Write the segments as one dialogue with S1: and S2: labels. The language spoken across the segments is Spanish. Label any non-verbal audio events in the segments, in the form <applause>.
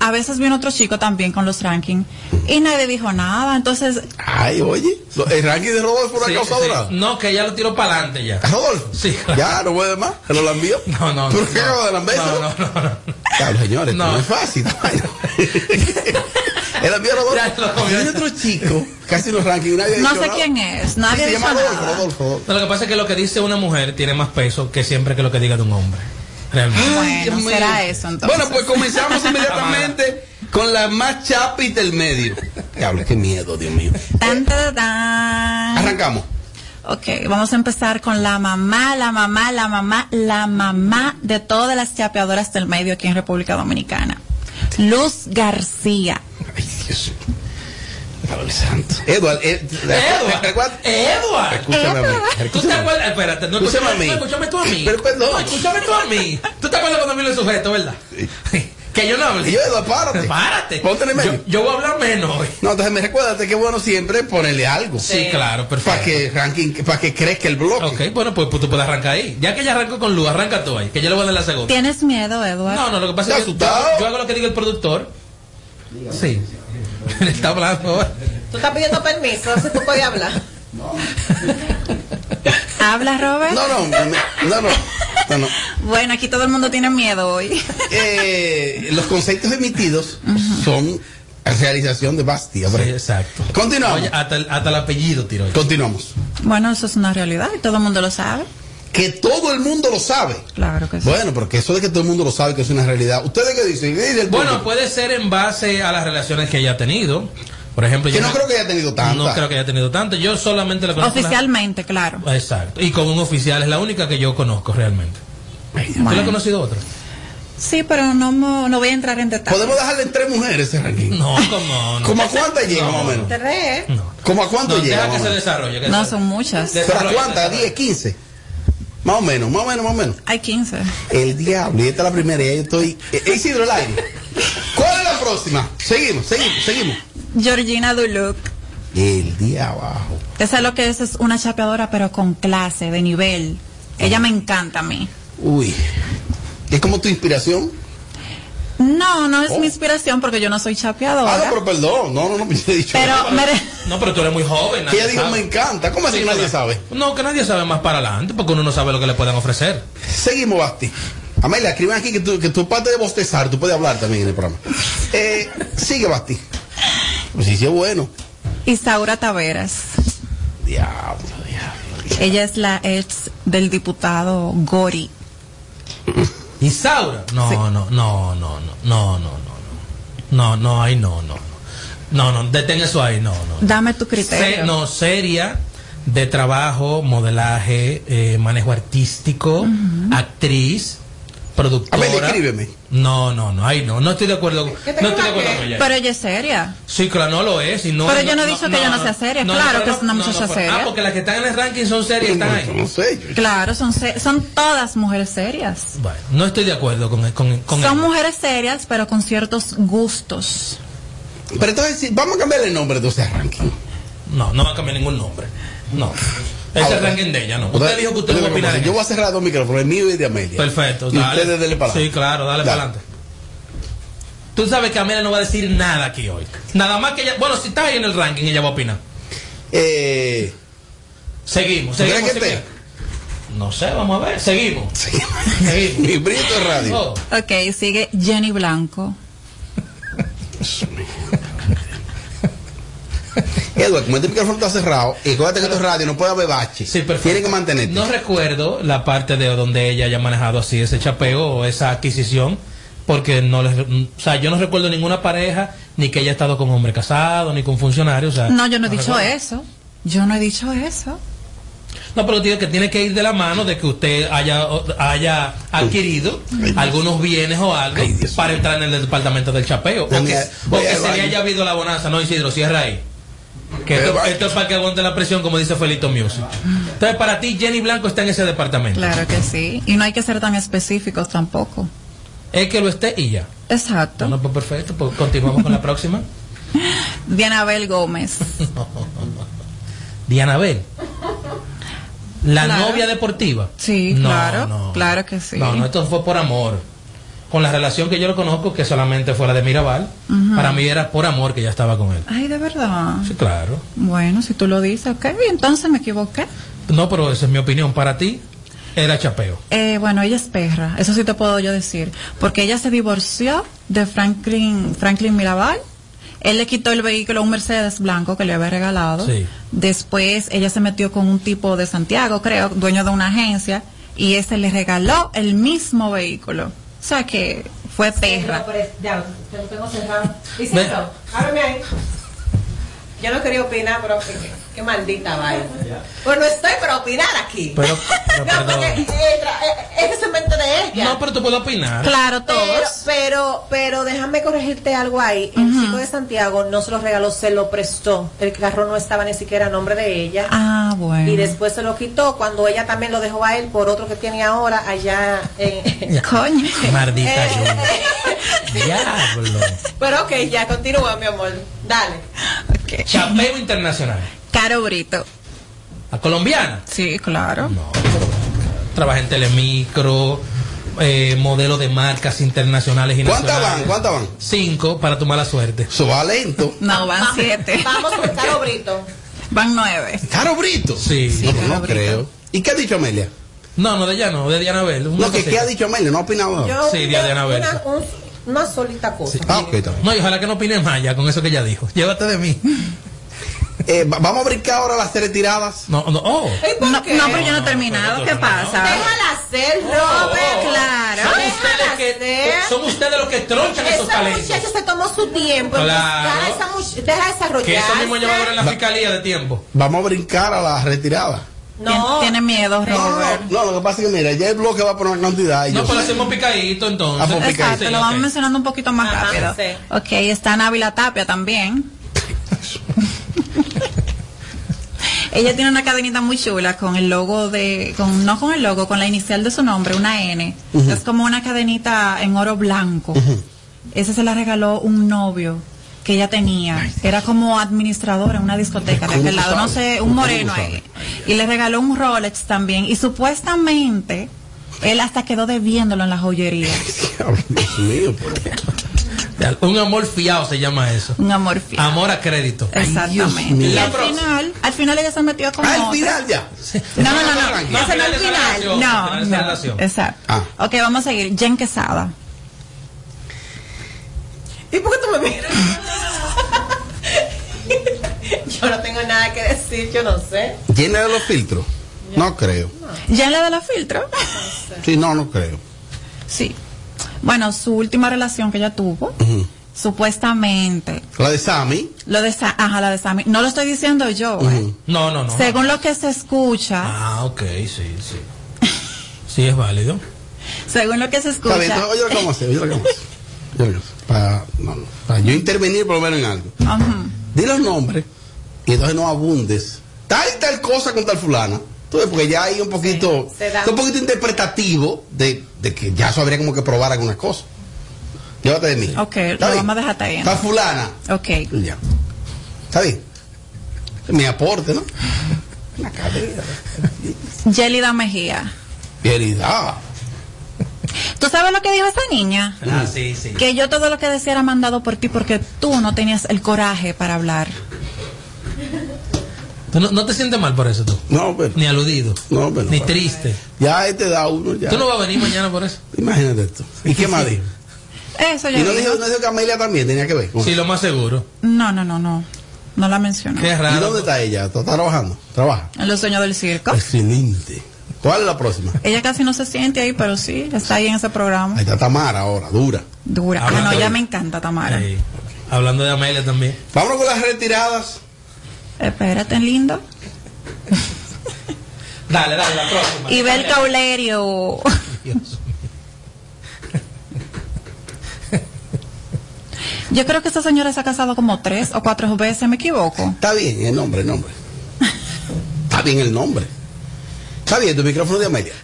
S1: a veces vino otro chico también con los rankings y nadie dijo nada. Entonces.
S2: Ay, oye, el ranking de Rodolfo no ha
S3: Sí,
S2: causado
S3: sí.
S2: nada.
S3: No, que ya lo tiró para adelante ya.
S2: Rodolfo,
S3: Sí.
S2: ya no puede más, que lo lambió.
S3: <laughs> No, no,
S2: ¿Pero
S3: no.
S2: qué acaba de lamberse?
S3: No, no, no, no.
S2: Claro, señores,
S3: No.
S2: no. es fácil.
S3: <laughs>
S2: el envío Rodolfo.
S3: Ya lo comió.
S2: Hay otro chico, casi en los rankings, nadie ha
S1: No
S2: dicho
S1: sé
S2: nada.
S1: quién es, nadie
S2: Se
S1: dijo
S2: llama Rodolfo,
S1: nada.
S2: Rodolfo, Rodolfo.
S3: No, lo que pasa es que lo que dice una mujer tiene más peso que siempre que lo que diga de un hombre. Realmente.
S2: Ay, Dios
S1: Bueno,
S2: mío.
S1: será eso entonces.
S2: Bueno, pues comenzamos inmediatamente con la más chapita del medio. Diablo, qué miedo, Dios mío.
S1: Tan, tan, tan.
S2: Arrancamos.
S1: Ok, vamos a empezar con la mamá, la mamá, la mamá, la mamá de todas las chapeadoras del medio aquí en República Dominicana. Luz García.
S2: Ay, Dios mío. Diablo santo. Edward, eh,
S3: Edward. Edward.
S2: Ah, Escúchame a mí.
S3: ¿Tú te
S2: Escúchame a mí.
S3: acuerdas? Espérate, no,
S2: Escúchame
S3: escúchame,
S2: a mí.
S3: no, escúchame tú a mí.
S2: Pero perdón.
S3: No, escúchame tú a mí. ¿Tú te acuerdas cuando vino el sujeto, verdad? <laughs> que yo no hablé.
S2: Y yo, Edward, párate.
S3: Párate.
S2: Ponte en el medio.
S3: Yo, yo voy a hablar menos hoy.
S2: No, entonces me recuérdate que es bueno siempre ponerle algo.
S3: Sí, claro, perfecto.
S2: Para que ranking, para que crezca el bloque.
S3: Ok, bueno, pues, pues tú puedes arrancar ahí. Ya que ya arranco con Lu, arranca tú ahí, que yo le voy a dar la segunda.
S1: ¿Tienes miedo, Edward?
S3: No, no, lo que pasa es que yo,
S2: ¿Estás asustado?
S3: yo hago lo que diga el productor. Sí. <laughs> Está hablando ahora.
S4: Tú estás pidiendo permiso, si tú puedes <laughs> hablar.
S1: ¿Habla, Robert?
S2: No, no, no, no, no. no, no.
S1: Bueno, aquí todo el mundo tiene miedo hoy.
S2: Eh, los conceptos emitidos son realización de Bastia. por
S3: Sí,
S2: ejemplo.
S3: exacto.
S2: Continuamos.
S3: Oye, hasta el, hasta el apellido tiro.
S2: Continuamos.
S1: Bueno, eso es una realidad y todo el mundo lo sabe.
S2: Que todo el mundo lo sabe.
S1: Claro que sí.
S2: Bueno, porque eso de que todo el mundo lo sabe que es una realidad. ¿Ustedes qué dicen? ¿Qué dice el
S3: Bueno,
S2: público?
S3: puede ser en base a las relaciones que ella ha tenido. Por ejemplo,
S2: que
S3: yo
S2: no creo que haya tenido tanta.
S3: no creo que haya tenido tanto. Yo solamente la conozco.
S1: Oficialmente, claro.
S3: la- Exacto. Y con un oficial es la única que yo conozco realmente. ¿Tú la
S1: Bueno.
S3: has conocido
S5: <laughs>
S3: otra?
S1: Sí, pero no, mo- no voy a entrar en detalles.
S2: Podemos dejarle en tres mujeres ese ranking.
S3: No, como no.
S2: ¿Cómo a cuántas llega más o menos?
S4: Tres.
S3: No.
S2: ¿Cómo a cuánto
S3: No,
S2: llega?
S3: deja que
S2: más o
S3: se
S2: menos?
S3: desarrolle. que
S1: No,
S3: se-
S1: son muchas.
S3: de-
S2: ¿Pero a
S3: desarrolle,
S2: cuántas?
S3: desarrolle.
S2: ¿10, 15? Más o menos, más o menos, más o menos.
S1: Hay 15.
S2: El diablo, y esta es la primera, y ya yo estoy. Eh, eh, Isidro, el aire. ¿Cuál es la próxima? Seguimos, seguimos, seguimos.
S1: Georgina Duluc.
S2: El día abajo.
S1: Esa es lo que es, es una chapeadora, pero con clase, de nivel. Ella me encanta a mí.
S2: Uy. Es como tu inspiración.
S1: No, no es
S2: Oh.
S1: mi inspiración porque yo no soy chapeadora.
S2: Ah, no, pero perdón. No, no, no, yo he dicho. <laughs>
S1: pero mere-
S3: No, pero tú eres muy joven.
S2: Que
S3: nadie
S2: ella dijo,
S3: sabe.
S2: me encanta. ¿Cómo así que nadie sabe?
S3: No, que nadie sabe más para adelante porque uno no sabe lo que le puedan ofrecer.
S2: Seguimos, Basti. Amelia, escriben aquí que tú, que tú parte de bostezar, tú puedes hablar también en el programa. Eh, sigue, Basti. Pues sí, sí, es bueno.
S1: Isaura Taveras.
S2: Diablo, diablo.
S1: Ella es la ex del diputado Gori.
S3: Isaura. No, no, no, no, no, no, no, no, no, no, no, ahí no, no, no, no, no, detén eso ahí, no, no.
S1: Dame tu criterio.
S3: Se- no, seria de trabajo, modelaje, eh, manejo artístico, actriz, productora.
S2: Amelia, escríbeme.
S3: No, no, no, ahí no, no estoy de acuerdo. No estoy
S4: tengo
S3: de
S4: una
S3: acuerdo
S4: que-
S3: con ella.
S1: Pero ella es seria.
S3: Sí, claro, no lo es. Y no,
S1: Pero
S3: no-
S1: yo no he dicho que ella no sea seria, pues. claro que es una muchacha
S3: pero- Ah,
S1: seria.
S3: porque las que están en el ranking son serias y están
S2: No,
S3: ahí.
S2: no sé. yo-
S1: Claro, son, se- son todas mujeres serias.
S3: Bueno, no estoy de acuerdo con, con, con
S1: Son
S3: ella.
S1: mujeres serias, pero con ciertos gustos.
S2: Pero entonces, sí, vamos a cambiarle el nombre entonces a ranking.
S3: No, no va a cambiar ningún nombre. No. Ese es el
S2: Ahora,
S3: ranking de ella, no. Usted dijo que usted
S2: Yo
S3: no
S2: voy
S3: opina
S2: a-
S3: de
S2: Yo voy a cerrar dos micrófonos, el mío y el de Amelia.
S3: Perfecto,
S2: Y
S3: dale.
S2: ustedes denle para
S3: Sí,
S2: adelante.
S3: claro, dale, para adelante. Tú sabes que Amelia no va a decir nada aquí hoy. Nada más que ella. Bueno, si está ahí en el ranking, ella va a opinar.
S2: Eh,
S3: Seguimos,
S2: ¿Tú
S3: seguimos.
S2: crees que
S3: seguimos. No sé, vamos a ver. Seguimos.
S2: esté? <laughs> Mi brito de radio.
S3: Oh,
S1: Ok, sigue Jenny Blanco.
S2: Edward, como este micrófono está cerrado, y acuérdate que esto es radio, no puede haber bache.
S3: sí, perfecto.
S2: Tienen que mantenerte.
S3: No recuerdo la parte de donde ella haya manejado así ese chapeo o esa adquisición. Porque no les. O sea, yo no recuerdo ninguna pareja, ni que haya estado con hombre casado, ni con funcionario. O sea,
S1: No, yo no he dicho
S3: recuerdo.
S1: eso. Yo no he dicho eso.
S3: No, pero tiene que, tiene que ir de la mano de que usted haya, haya adquirido algunos bienes o algo
S2: Ay, Dios
S3: para entrar en el departamento del chapeo. O que,
S2: Voy a-
S3: o
S2: voy
S3: que
S2: al
S3: se le
S2: baño.
S3: haya habido la bonanza. No, Isidro, cierra ahí. Que esto,
S2: Eh, va.
S3: esto es para que aguante la presión, como dice Felito Music. Entonces, para ti, Jenny Blanco está en ese departamento.
S1: Claro que sí. Y no hay que ser tan específicos tampoco.
S3: Es que lo esté y ya.
S1: Exacto.
S3: Bueno, pues perfecto, pues continuamos con la próxima.
S1: Diana
S3: <laughs>
S1: Bel Gómez.
S3: Diana Bell. La
S1: Claro.
S3: novia deportiva.
S1: Sí, claro, claro que sí.
S3: No, no, esto fue por amor. con la relación que yo le conozco, que solamente fuera de Mirabal, para mí era por amor que ya estaba con él.
S1: Ay, de verdad.
S3: Sí, claro.
S1: Bueno, si tú lo dices, ok, entonces me equivoqué.
S3: No, pero esa es mi opinión. Para ti, era chapeo.
S1: Eh, bueno, ella es perra, eso sí te puedo yo decir, porque ella se divorció de Franklin, Franklin Mirabal. Él le quitó el vehículo, un Mercedes blanco que le había regalado.
S3: Sí.
S1: Después ella se metió con un tipo de Santiago, creo, dueño de una agencia, y ese le regaló el mismo vehículo. O sea que fue perra.
S4: Ya, te lo tengo cerrado.
S3: Ve-
S4: Vicente, ábreme ahí. Yo no quería opinar, pero qué, qué maldita vaina. Bueno, estoy para opinar aquí.
S1: <laughs>
S3: Pero, pero
S4: no,
S3: perdón.
S4: porque eh, tra- eh, ese segmento de ella.
S3: No, pero tú puedes opinar.
S1: Claro,
S4: Pero,
S1: todos.
S4: pero, pero déjame corregirte algo ahí. El chico de Santiago no se lo regaló, se lo prestó. El carro no estaba ni siquiera a nombre de ella.
S1: Ah, bueno.
S4: Y después se lo quitó cuando ella también lo dejó a él por otro que tiene ahora allá en...
S1: Coño. Eh,
S3: Maldita yo. Diablo.
S4: Eh, <laughs> Pero ok, ya continúa, mi amor. Dale.
S1: <laughs> Ok.
S3: Chapeo internacional.
S1: Caro Brito.
S3: ¿A colombiana?
S1: Sí, claro.
S3: No. Trabaja en Telemicro, eh, modelo de marcas internacionales y
S2: ¿Cuántas
S3: nacionales.
S2: van? ¿Cuántas van?
S3: Cinco, para tu mala suerte.
S2: Eso va lento.
S1: No, van siete.
S4: Vamos por Caro Brito.
S1: <laughs> Van nueve.
S2: Caro Brito.
S3: Sí. Sí,
S2: No, pero no
S1: Caro Brito.
S2: creo. ¿Y qué ha dicho Amelia?
S3: No, no, de ella no, de Diana Bell. una
S2: No, que qué
S3: cosita.
S2: ha dicho Amelia, no ha opinado nada.
S4: Yo
S3: Sí, Diana
S4: una,
S3: Beltrán.
S4: una, un- una solita cosa.
S2: Ah, ok, está bien.
S3: No, y ojalá que no opines más ya con eso que ella dijo. Llévate de mí.
S2: Eh, va- vamos a brincar ahora las retiradas.
S3: No, no, oh.
S4: ¿Y por
S1: Ah, No, no,
S4: qué?
S1: pero yo no he terminado.
S3: no,
S1: ¿Qué
S3: no, Oh.
S1: pasa?
S4: Déjala ser, Robert.
S1: claro.
S3: Son
S4: Déjala
S3: ustedes, que,
S4: ser.
S3: son ustedes los que tronchan esos
S4: ¿Eh? Esa
S3: talentos.
S4: muchacha se tomó su tiempo. en
S3: Claro.
S4: buscar a esa much- Deja desarrollar.
S3: Que eso mismo lleva ahora en la fiscalía de tiempo.
S2: Vamos a brincar a las retiradas.
S1: Tien-
S4: No.
S1: Tiene miedo,
S2: No, no,
S1: Robert.
S2: no, lo que pasa es que mira, ya el bloque va por una cantidad. Y
S3: No,
S2: yo-
S3: pero hacemos picadito entonces.
S2: Ah, pues, picadito.
S1: Exacto,
S3: Sí,
S1: lo
S3: ok.
S1: vamos mencionando un poquito más
S4: Ajá,
S1: rápido.
S4: sí.
S1: Ok, está Návila
S2: <laughs>
S1: Tapia también. Ella tiene una cadenita muy chula con el logo de, con, no con el logo, con la inicial de su nombre, una N. Es como una cadenita en oro blanco. Esa se la regaló un novio que ella tenía. Era como administradora en una discoteca de
S2: ¿Cómo
S1: aquel
S2: tú
S1: lado, no
S2: sabes?
S1: sé,
S2: ¿Cómo
S1: un
S2: tú
S1: moreno
S2: sabes?
S1: ahí. Y le regaló un Rolex también. Y supuestamente él hasta quedó debiéndolo en
S2: <laughs>
S1: la joyería.
S2: Diablo, Dios mío, pero-
S3: Ya, <laughs> Un amor fiado se llama eso.
S1: Un amor fiel.
S3: Amor a crédito.
S2: Dios
S1: Exactamente.
S2: mío.
S1: Y
S3: La
S1: al
S3: próxima.
S1: final, al final ella se metió con
S2: Ah, el
S1: otro.
S2: final ya.
S1: No, no, no, no.
S3: No, al
S1: Ese
S3: final de
S1: no es el
S3: esa
S1: final.
S3: relación, al final de
S1: No,
S3: esa
S1: no.
S3: relación.
S1: Exacto.
S2: Ah.
S1: Ok, vamos a seguir. Jen Quesada.
S4: ¿Y por qué tú me miras? <laughs> yo no tengo nada que decir, yo no sé.
S2: ¿Llena de los filtros? No creo.
S1: Jen le da los filtros.
S2: Sí, no, no creo.
S1: Sí. Bueno, su última relación que ella tuvo,
S2: Ujú.
S1: supuestamente,
S2: La de Sammy.
S1: lo de Sa- ajá, la de Sammy. No lo estoy diciendo yo. eh.
S2: Ujú.
S3: No, no, no.
S1: Según lo que se escucha,
S3: Ah, ok, sí, sí. Sí, es válido.
S1: según lo que se
S2: Está bien,
S1: escucha.
S2: entonces, oye lo que vamos a hacer, oye lo que vamos a hacer. Oye lo que vamos a hacer. Para, no, no, para yo intervenir por lo menos en algo.
S1: Ujú.
S2: Di los nombres y entonces no abundes. Tal y tal cosa con tal fulana. Entonces, porque ya hay un poquito,
S4: se da.
S2: está un poquito interpretativo de, de que ya eso habría como que probar algunas cosas. Llévate de mí.
S1: <laughs> Ok,
S2: ¿Está
S1: lo
S2: bien?
S1: vamos a dejar hasta ahí,
S2: Tal fulana.
S1: Ok.
S2: Y Pues Ya. Está bien. Mi aporte, ¿no? Una cadera.
S1: Yelida Mejía.
S2: Piedad.
S1: ¿Tú sabes lo que dijo esa niña?
S3: Ah, sí, sí.
S1: Que yo todo lo que decía era mandado por ti porque tú no tenías el coraje para hablar.
S3: Tú no, no te sientes mal por eso tú.
S2: No, pero.
S3: Ni aludido.
S2: No, pero-
S3: ni triste.
S2: Ya a este da uno, ya.
S3: Tú no vas a venir mañana por eso.
S2: Imagínate esto. ¿Y qué más dijo?
S1: Eso
S2: Y
S1: yo
S2: no
S1: digo.
S2: dijo, no dijo que Amelia también tenía que ver. con-
S3: Sí, lo más seguro.
S1: No, no, no, no. No la mencionó.
S3: Qué
S2: ¿Y
S3: raro.
S2: dónde está ella? ¿Está está trabajando? Trabaja.
S1: En los sueños del circo.
S2: Excelente. ¿Cuál es la próxima?
S1: Ella casi no se siente ahí, pero sí, está ahí en ese programa.
S2: Ahí está Tamara ahora, dura.
S1: Dura. Ah,
S3: Hablando
S1: no,
S3: de-
S1: ya me encanta, Tamara.
S3: Sí. Hablando de Amelia también.
S2: Vámonos con las retiradas.
S1: Espérate, lindo.
S3: Dale, dale, la próxima.
S1: Y ve el caulerio.
S3: Dios.
S1: Yo creo que esta señora se ha casado como tres o cuatro veces, me equivoco.
S2: Está bien el nombre, el nombre. Está bien el nombre. Está bien tu micrófono de Amelia.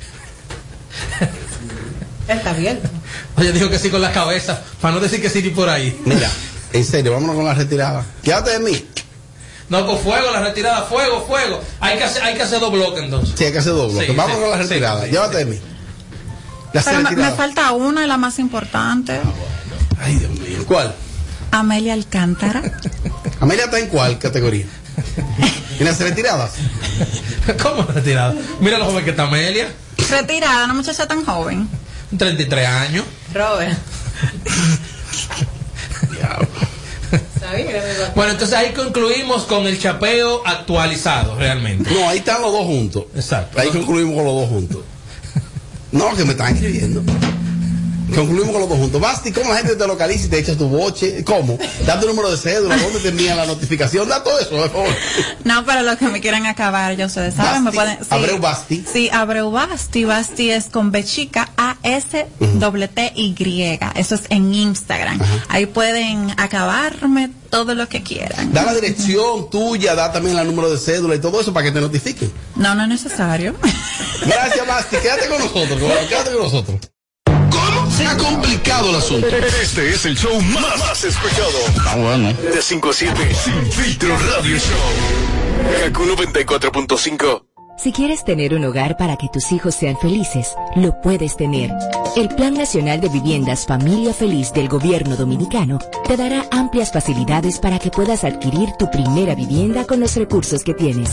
S4: Está abierto.
S3: Oye, dijo que sí con la cabeza. Para no decir que sí ni por ahí.
S2: Mira, en serio, vámonos con las retiradas. Quédate de mí.
S3: No, con fuego, la retirada. Fuego, fuego. Hay que hacer, hay que hacer dos bloques entonces.
S2: Sí, hay que hacer doble.
S3: Sí,
S2: Vámonos
S3: sí,
S2: con las
S3: sí,
S2: retiradas.
S3: sí,
S2: Llévate de mí. La Ah,
S1: Pero me,
S2: retirada.
S1: me falta una, la más importante.
S2: Ay, Dios mío. ¿Cuál?
S1: Amelia
S2: <laughs>
S1: Alcántara.
S2: Amelia está en cuál categoría? ¿En las retiradas?
S3: <laughs> ¿Cómo retirada? Mira lo joven que está Amelia,
S1: Retirada, una muchacha tan joven.
S3: 33 años.
S6: Robert.
S2: Diablo.
S6: ¿Sabes?
S3: Bueno, entonces ahí concluimos con el chapeo actualizado, realmente.
S2: No, ahí están los dos juntos.
S3: Exacto.
S2: Ahí concluimos con los dos juntos. <laughs> No, que me están escribiendo. Concluimos con los dos juntos. Basti, ¿cómo la gente te localiza y te echa tu boche? ¿Cómo? Da tu número de cédula, ¿dónde te envían la notificación? Da todo eso, por favor.
S1: No, para los que me quieran acabar, ya ustedes saben, me
S2: Basti,
S1: pueden.
S2: Abreu Basti.
S1: Sí, Abreu Basti. Basti es con B chica A S W T Y. Eso es en Instagram. Ahí pueden acabarme todo lo que quieran.
S2: Da la dirección tuya, da también el número de cédula y todo eso para que te notifiquen.
S1: No, no es necesario.
S2: Gracias, Basti. Quédate con nosotros, cabrón, quédate con nosotros. ¿Cómo? Se ha complicado el asunto.
S7: Este es el show más, más escuchado. Ah, bueno. De 5 a 7. Sin filtro radio show. Kaku 94.5.
S8: Si quieres tener un hogar para que tus hijos sean felices, lo puedes tener. El Plan Nacional de Viviendas Familia Feliz del Gobierno Dominicano te dará amplias facilidades para que puedas adquirir tu primera vivienda con los recursos que tienes.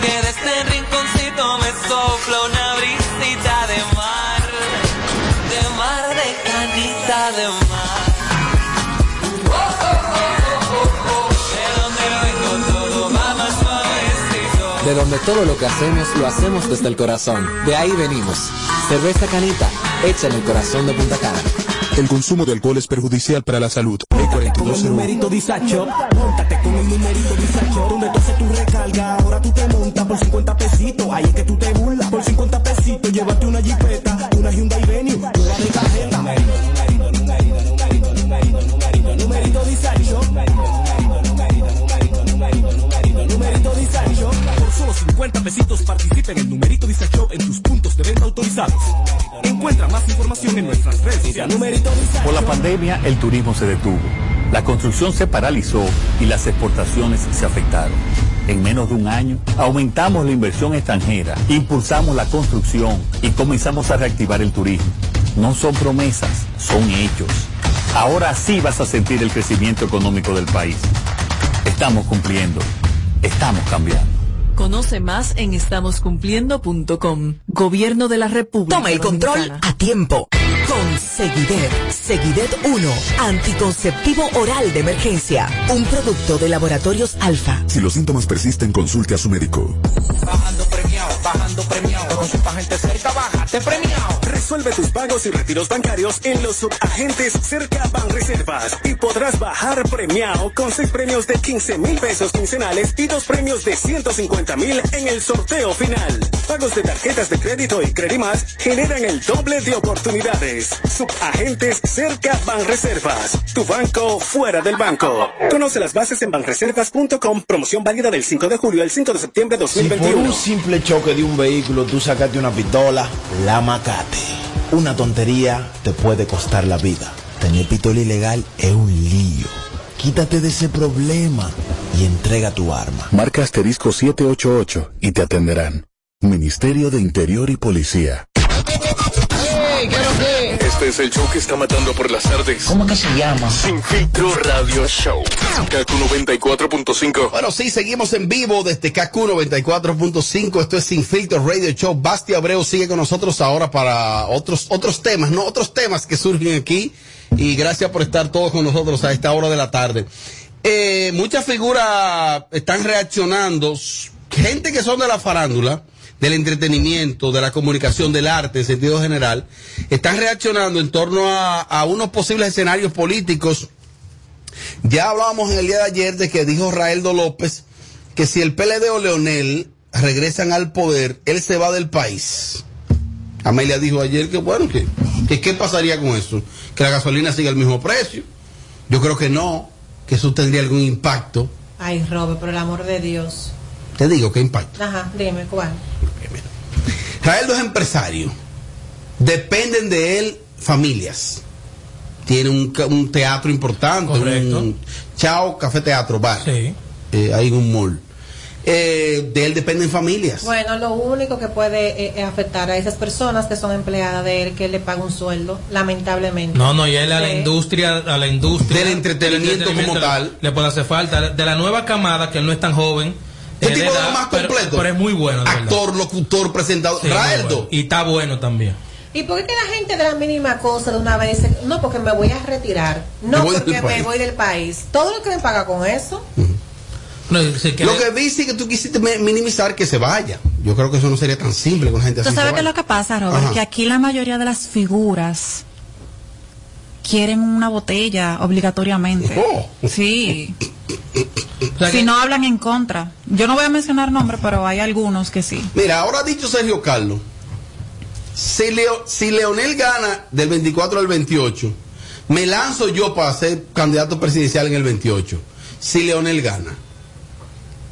S9: que de este rinconcito me sopla una brisita de mar, de mar, de canita, de mar.
S10: de donde todo lo que hacemos lo hacemos desde el corazón. De ahí venimos. Cerveza Canita, hecha en el corazón de Punta Cana.
S11: El consumo de alcohol es perjudicial para la salud.
S5: numerito disacho, montate con el numerito disacho, donde tú haces tu recarga, ahora tú te montas por 50 pesitos, ahí es que tú te burlas, por 50 pesitos, llévate una jipeta, una Hyundai Venue, una rica agenda. Numerito, numerito, numerito, numerito, numerito, numerito, numerito disacho, numerito, numerito, numerito, numerito, numerito, numerito disacho. Por solo 50 pesitos participa en el numerito disacho en tus puntos de venta autorizados. Encuentra más información en nuestras redes sociales. Numerito disacho.
S7: Por la pandemia, el turismo se detuvo. La construcción se paralizó y las exportaciones se afectaron. En menos de un año, aumentamos la inversión extranjera, impulsamos la construcción y comenzamos a reactivar el turismo. No son promesas, son hechos. Ahora sí vas a sentir el crecimiento económico del país. Estamos cumpliendo. Estamos cambiando.
S12: Conoce más en estamoscumpliendo.com. Gobierno de la República.
S13: Toma el control
S12: Dominicana.
S13: a tiempo. Con Seguidet, Seguidet 1, anticonceptivo oral de emergencia, un producto de laboratorios alfa.
S11: Si los síntomas persisten, consulte a su médico.
S5: Bajando premiado, bajando premiado. Con su gente cerca, bájate premiado.
S7: Resuelve tus pagos y retiros bancarios en los subagentes cerca Banreservas y podrás bajar premiado con seis premios de 15 mil pesos quincenales y dos premios de 150 mil en el sorteo final. Pagos de tarjetas de crédito y crédimas generan el doble de oportunidades. Subagentes cerca Banreservas, tu banco fuera del banco. Conoce las bases en banreservas.com, promoción válida del 5 de julio al 5 de septiembre de
S5: Si por
S7: 2021.
S5: un simple choque de un vehículo tú sacaste una pistola, la macate. Una tontería te puede costar la vida. Tener pistola ilegal es un lío. Quítate de ese problema y entrega tu arma.
S11: Marca asterisco 788 y te atenderán. Ministerio de Interior y Policía.
S7: Este es el show que está matando por las tardes.
S5: ¿Cómo que se llama?
S7: Sin filtro radio show. Kaku 94.5.
S2: Bueno, sí, seguimos en vivo desde KQ 94.5. Esto es Sin Filtro Radio Show. Basti Abreu sigue con nosotros ahora para otros, otros temas, ¿no? Otros temas que surgen aquí. Y gracias por estar todos con nosotros a esta hora de la tarde. Eh, muchas figuras están reaccionando. Gente que son de la farándula, del entretenimiento, de la comunicación, del arte en sentido general, están reaccionando en torno a- a unos posibles escenarios políticos ya hablábamos en el día de ayer de que dijo Raeldo López que si el PLD o Leonel regresan al poder, él se va del país. Amelia dijo ayer que, bueno, que, que qué pasaría con eso, que la gasolina siga al mismo precio. Yo creo que no, que eso tendría algún impacto.
S4: Ay, Robert, por el amor de Dios.
S2: Te digo, ¿qué impacto?
S4: Ajá, dime cuál.
S2: Raeldo es empresario. Dependen de él familias. Tiene un, ca- un teatro importante. Un Chao Café Teatro Bar. Eh, hay un mall. Eh, de él dependen familias.
S4: Bueno, lo único que puede eh, eh, afectar a esas personas que son empleadas de él, que él le paga un sueldo, lamentablemente.
S3: No, no, y él a la
S4: Sí.
S3: industria, a la industria del entretenimiento,
S2: como
S3: tal, le puede hacer falta de la nueva camada que él no es tan joven.
S2: ¿Qué
S3: eh, de
S2: tipo de
S3: edad,
S2: más
S3: pero-
S2: completo?
S3: Pero, es muy bueno, de verdad.
S2: Actor, locutor, presentador.
S3: Sí, muy
S2: Raeldo.
S3: bueno. Y está bueno también.
S4: ¿Y por qué que la gente de la mínima cosa de una vez dice, no, porque me voy a retirar,
S3: Me
S4: no
S3: voy del
S4: porque me
S3: país".
S4: voy del país? Todo lo que me paga con eso.
S2: Lo que dice que tú quisiste me- minimizar que se vaya. Yo creo que eso no sería tan simple con gente
S1: Tú
S2: así.
S1: sabes
S2: se
S1: qué es
S2: vaya.
S1: lo que pasa, Robert,
S2: Ajá.
S1: que aquí la mayoría de las figuras quieren una botella obligatoriamente.
S2: Oh.
S1: Sí. si no hablan en contra. Yo no voy a mencionar nombres, pero hay algunos que sí.
S2: Mira, ahora ha dicho Sergio Carlos, si, Leo- si Leonel gana del 24 al 28, me lanzo yo para ser candidato presidencial en el 28. Si Leonel gana.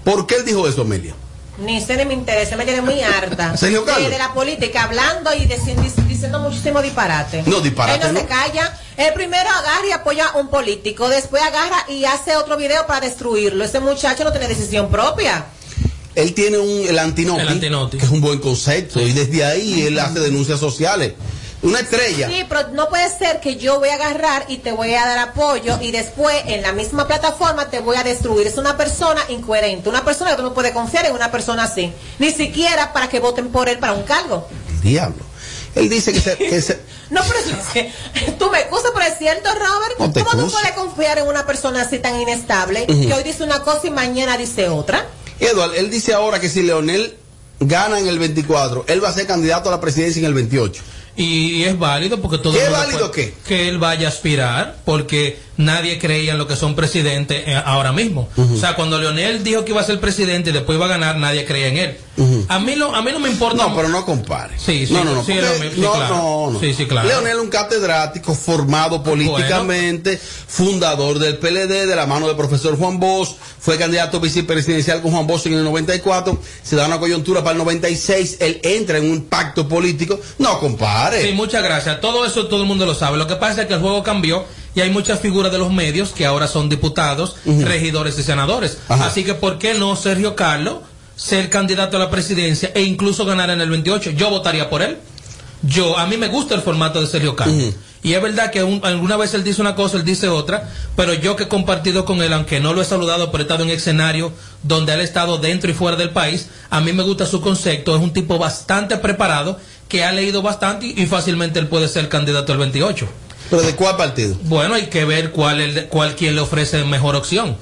S2: ¿Por qué él dijo eso, Amelia?
S4: Ni sé ni me interesa, me tiene muy harta. Eh,
S2: Sergio Carlos.
S4: De, de la política, hablando y diciendo, diciendo muchísimo disparate.
S2: No, disparate,
S4: Él no, se
S2: ¿no?
S4: calla. El primero agarra y apoya a un político, después agarra y hace otro video para destruirlo. Ese muchacho no tiene decisión propia.
S2: Él tiene un, el antinoti, que es un buen concepto, y desde ahí él hace denuncias sociales. Una estrella.
S4: Sí, pero no puede ser que yo voy a agarrar y te voy a dar apoyo y después en la misma plataforma te voy a destruir. Es una persona incoherente, una persona que tú no puedes confiar en una persona así, ni siquiera para que voten por él para un cargo.
S2: El diablo. Él dice que se- que se,
S4: No, pero es que- tú me excusas, pero es cierto, Robert.
S2: No te
S4: ¿Cómo tú
S2: excuso.
S4: puedes confiar en una persona así tan inestable
S2: Ujú.
S4: que hoy dice una cosa y mañana dice otra?
S2: Edward, él dice ahora que si Leonel gana en el 24, él va a ser candidato a la presidencia en el 28.
S3: Y, y es válido porque todo
S2: ¿Qué
S3: el mundo
S2: válido
S3: puede- que él vaya a aspirar porque nadie creía en lo que son presidentes eh, ahora mismo. O sea, cuando Leonel dijo que iba a ser presidente y después iba a ganar, nadie creía en él. A mí no, a mí no me importa.
S2: No, pero no compare.
S3: Sí, sí,
S2: no, no, no.
S3: sí,
S2: porque-
S3: lo mismo, sí,
S2: no,
S3: claro.
S2: no, no.
S3: Sí, sí, claro.
S2: Leonel es un catedrático formado políticamente, fundador del PLD, de la mano del profesor Juan Bosch, fue candidato vicepresidencial con Juan Bosch en el 94, se da una coyuntura para el 96, él entra en un pacto político. No compare.
S3: Sí, muchas gracias. Todo eso todo el mundo lo sabe. Lo que pasa es que el juego cambió y hay muchas figuras de los medios que ahora son diputados, regidores y senadores. Así que, ¿por qué no Sergio Carlos ser candidato a la presidencia e incluso ganar en el 28? Yo votaría por él. Yo, a mí me gusta el formato de Sergio Carlos. Y es verdad que un- alguna vez él dice una cosa, él dice otra, pero yo que he compartido con él, aunque no lo he saludado, pero he estado en escenario donde él ha estado dentro y fuera del país, a mí me gusta su concepto, es un tipo bastante preparado, que ha leído bastante y y fácilmente él puede ser candidato al 28.
S2: ¿Pero de cuál partido?
S3: Bueno, hay que ver cuál, el, cuál quien le ofrece mejor opción.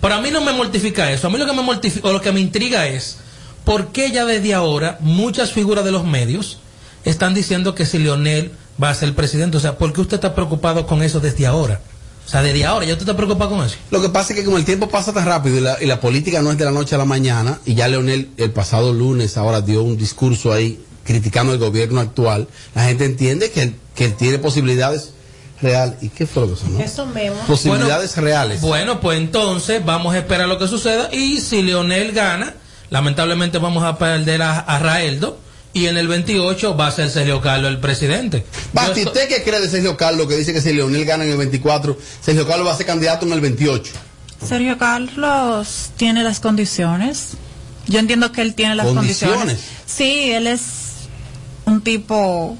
S3: Pero a mí no me mortifica eso, a mí lo que me mortifica, o lo que me intriga es, ¿por qué ya desde ahora muchas figuras de los medios están diciendo que si Leonel va a ser presidente. O sea, ¿por qué usted está preocupado con eso desde ahora? O sea, desde ahora, ¿ya usted está preocupado con eso?
S2: Lo que pasa es que como el tiempo pasa tan rápido y la, y la política no es de la noche a la mañana, y ya Leonel el pasado lunes ahora dio un discurso ahí criticando el gobierno actual, la gente entiende que él, que él tiene posibilidades reales. ¿Y qué fue lo que sonó?
S4: Eso mismo.
S2: Posibilidades reales.
S3: Bueno, pues entonces vamos a esperar lo que suceda y si Leonel gana, lamentablemente vamos a perder a, a Raeldo y en el 28 va a ser Sergio Carlos el presidente.
S2: Basti, ¿usted qué cree de Sergio Carlos que dice que si Leonel gana en el 24, Sergio Carlos va a ser candidato en el 28?
S1: Sergio Carlos tiene las condiciones. Yo entiendo que él tiene las condiciones.
S2: Condiciones.
S1: Sí, él es un tipo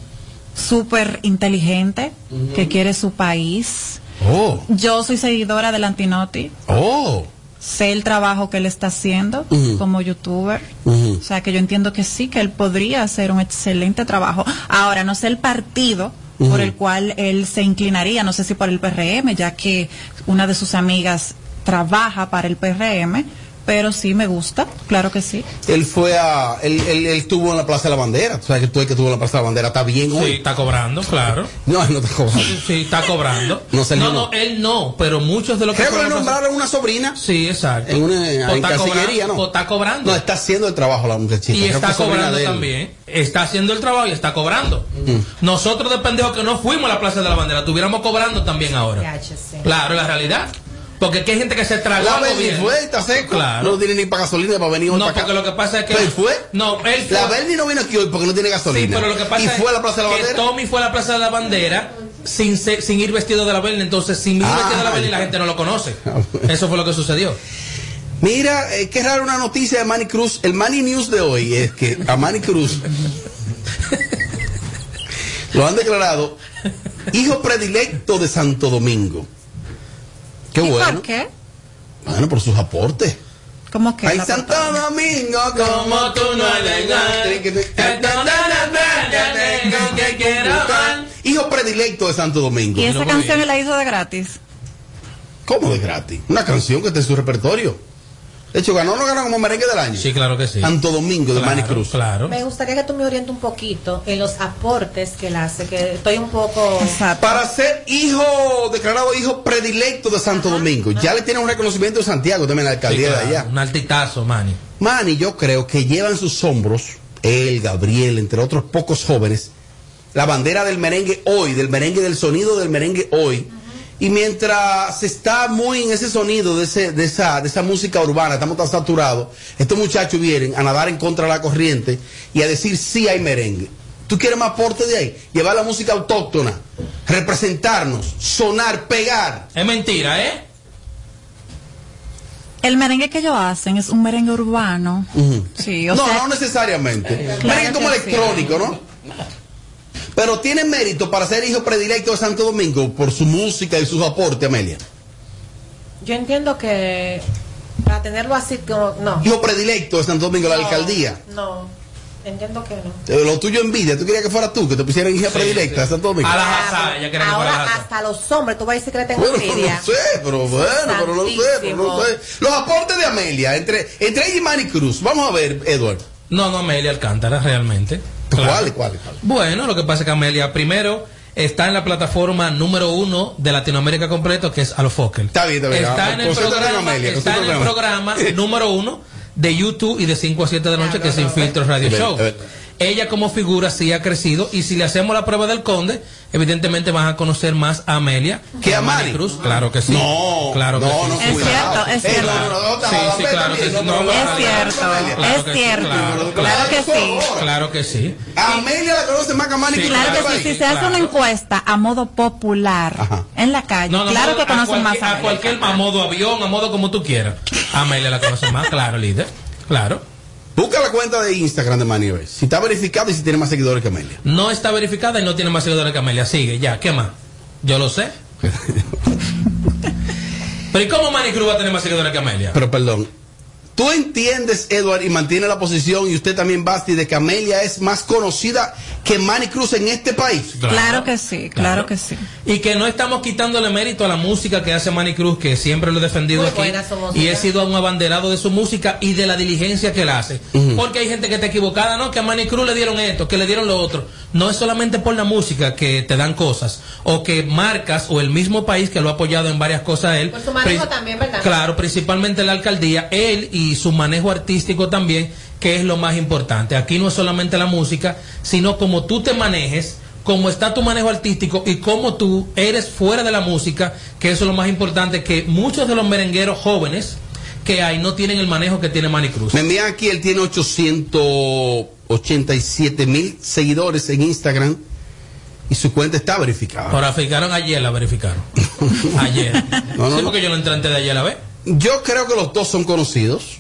S1: súper inteligente
S2: Ujú.
S1: que quiere su país.
S2: Oh,
S1: Yo soy seguidora del Antinoti.
S2: oh.
S1: Sé el trabajo que él está haciendo
S2: Ujú.
S1: como youtuber. O sea que yo entiendo que sí, que él podría hacer un excelente trabajo. Ahora, no sé el partido
S14: Ujú.
S1: por el cual él se inclinaría, no sé si por el PRM, ya que una de sus amigas trabaja para el PRM, pero sí me gusta, claro que sí.
S2: Él fue a. Él, él, él estuvo en la Plaza de la Bandera. O sea, que tú el que estuvo en la Plaza de la Bandera está bien
S3: Sí,
S2: hoy.
S3: está cobrando, claro.
S2: No, él no está cobrando.
S3: Sí, está cobrando.
S2: No salió,
S3: no,
S2: no.
S3: él no, pero muchos de los que.
S2: Creo que le
S3: cobran-
S2: nombraron una sobrina.
S3: Sí, exacto.
S2: En una
S3: O
S2: en
S3: Pues está
S2: cancillería,
S3: cobrando,
S2: ¿no?
S3: o está cobrando.
S2: No, está haciendo el trabajo la muchachita.
S3: y
S2: Creo que
S3: está
S2: es sobrina
S3: cobrando
S2: de él. Mm.
S3: también. Está haciendo el trabajo y está cobrando. Nosotros de pendejos que no fuimos a la Plaza de la Bandera, estuviéramos cobrando también ahora. Claro, la realidad. Porque aquí hay gente que se tragó
S2: La
S3: al
S2: Berni
S3: gobierno.
S2: fue, está seco.
S3: Claro.
S2: No tiene ni para gasolina para venir hoy
S3: No,
S2: para acá.
S3: porque lo que pasa es que.
S2: ¿Pero él fue?
S3: No, él fue.
S2: La Berni no vino aquí hoy porque no tiene
S3: Sí,
S2: gasolina.
S3: pero lo que pasa
S2: y
S3: es
S2: fue a la Plaza de la
S3: que
S2: Bandera.
S3: Tommy fue a la Plaza de la Bandera sin, ser- sin ir vestido de la Berni. Entonces, sin ir
S2: Ah.
S3: vestido de la Berni, la gente no lo conoce. Eso fue lo que sucedió.
S2: Mira, eh, qué raro una noticia de Manny Cruz. El Manny News de hoy es que a Manny Cruz lo han declarado hijo predilecto de Santo Domingo. Qué
S1: ¿Y
S2: bueno.
S1: por qué?
S2: Bueno, por sus aportes.
S1: ¿Cómo que?
S2: Ay,
S1: la
S2: Santo
S1: portada?
S2: Domingo, como tú no eres. Hijo predilecto de Santo Domingo.
S1: Y esa canción él la hizo de gratis.
S2: ¿Cómo de gratis? Una canción que está en su repertorio. De hecho, ganó o no ganó como merengue del año.
S3: Sí, claro que sí.
S2: Santo Domingo de
S3: Claro,
S2: Manny Cruz.
S3: Claro.
S4: Me gustaría que tú me orientes un poquito en los aportes que él hace, que estoy un poco...
S2: Para ser hijo, declarado hijo predilecto de Santo Domingo, ya le tiene un reconocimiento de Santiago, también la
S3: Sí,
S2: alcaldía
S3: claro,
S2: de allá.
S3: Un altitazo, Manny.
S2: Manny, yo creo que lleva en sus hombros, él, Gabriel, entre otros pocos jóvenes, la bandera del merengue hoy, del merengue del sonido del merengue hoy. Y mientras se está muy en ese sonido de, ese- de esa, de esa música urbana, estamos tan saturados, estos muchachos vienen a nadar en contra de la corriente y a decir sí hay merengue. ¿Tú quieres más aporte de ahí? Llevar la música autóctona, representarnos, sonar, pegar.
S3: Es mentira, ¿eh?
S1: El merengue que ellos hacen es un merengue urbano. Sí, o
S2: no,
S1: sea-
S2: no necesariamente.
S1: Claro
S2: Merengue como
S1: que sí.
S2: electrónico, ¿no? Pero tiene mérito para ser hijo predilecto de Santo Domingo por su música y sus aportes, Amelia.
S4: Yo entiendo que para tenerlo así como... No,
S2: Hijo predilecto de Santo Domingo, la alcaldía.
S4: no, entiendo que no.
S2: Eh, Lo tuyo envidia, tú querías que fuera tú, que te pusieran hija predilecta de Santo Domingo.
S3: A la jazá, ya queremos a la
S4: Ahora
S3: jazá.
S4: hasta los hombres, tú vas a decir que le tengo
S2: Bueno, no
S4: envidia.
S2: sé, pero bueno, pero no sé, pero no sé.
S4: Santísimo.
S2: Los aportes de Amelia, entre, entre ella y Manny Cruz. Vamos a ver, Edward.
S3: No, no, Amelia Alcántara, realmente.
S2: ¿Cuál, cuál, cuál?
S3: Bueno, lo que pasa es que Amelia, primero, está en la plataforma número uno de Latinoamérica completo, que es Alofokel.
S2: Está bien, está bien.
S3: Está
S2: Ah,
S3: en el
S2: concéntrate en
S3: programa,
S2: Amelia,
S3: está en el programa número uno de YouTube y de 5 a 7 de la noche, que es Sin Filtros Radio
S2: A ver,
S3: Show.
S2: a ver.
S3: Ella como figura sí ha crecido y si le hacemos la prueba del conde, evidentemente van a conocer más a Amelia
S2: ¿Que a Mari?
S3: Cruz. Claro que sí.
S2: No,
S3: claro que
S2: no,
S3: sí.
S2: no,
S1: Es cierto, es
S2: Eh, no,
S1: cierto.
S2: no, no, no, no,
S3: Sí, sí,
S2: ve
S3: claro que
S2: también,
S3: sí.
S2: no,
S3: No,
S2: no,
S1: Es
S3: claro,
S1: cierto,
S3: claro
S1: es
S3: que sí, claro,
S1: cierto. Claro que sí.
S3: Claro que sí.
S2: Amelia la conoce más que a Manny
S3: Sí,
S2: Cruz.
S1: Claro
S3: Claro,
S1: que sí,
S3: sí,
S1: si se hace
S3: claro.
S1: una encuesta a modo popular en la calle,
S3: No, no,
S1: claro
S3: no,
S1: que conocen
S3: a
S1: más
S3: cualquier,
S1: a
S3: a cualquier a modo avión, a modo como tú quieras. Amelia la conoce más, claro, líder. Claro.
S2: Busca la cuenta de Instagram de Manny a ver Si está verificado y si tiene más seguidores que Amelia.
S3: No está verificada y no tiene más seguidores que Amelia. Sigue, ya, ¿qué más? Yo lo sé. Pero ¿y cómo Manny Cruz va a tener más seguidores que Amelia?
S2: Pero perdón. ¿Tú entiendes, Edward, y mantiene la posición, y usted también, Basti, de que Amelia es más conocida que Manny Cruz en este país?
S1: Claro. que sí,
S3: Claro.
S1: claro, que sí.
S3: Y que no estamos quitándole mérito a la música que hace Manny Cruz, que siempre lo he defendido
S4: Muy
S3: aquí.
S4: buena su música.
S3: y he sido un abanderado de su música y de la diligencia que él hace. Porque hay gente que está equivocada, ¿no? Que a Manny Cruz le dieron esto, que le dieron lo otro. No es solamente por la música que te dan cosas, o que marcas, o el mismo país que lo ha apoyado en varias cosas a él.
S4: Por su manejo
S3: Pri-
S4: también, ¿verdad?
S3: Claro, principalmente la alcaldía, él y su manejo artístico también, que es lo más importante. Aquí no es solamente la música, sino como tú te manejes, cómo está tu manejo artístico y cómo tú eres fuera de la música, que eso es lo más importante, que muchos de los merengueros jóvenes que hay no tienen el manejo que tiene Manny Cruz.
S2: Me envían aquí, él tiene 887 mil seguidores en Instagram y su cuenta está verificada.
S3: Ahora fijaron ayer, la
S2: <laughs>
S3: verificaron. Ayer.
S2: No,
S3: sí,
S2: no, no.
S3: porque yo lo entré antes de ayer, la vez.
S2: Yo creo que los dos son conocidos.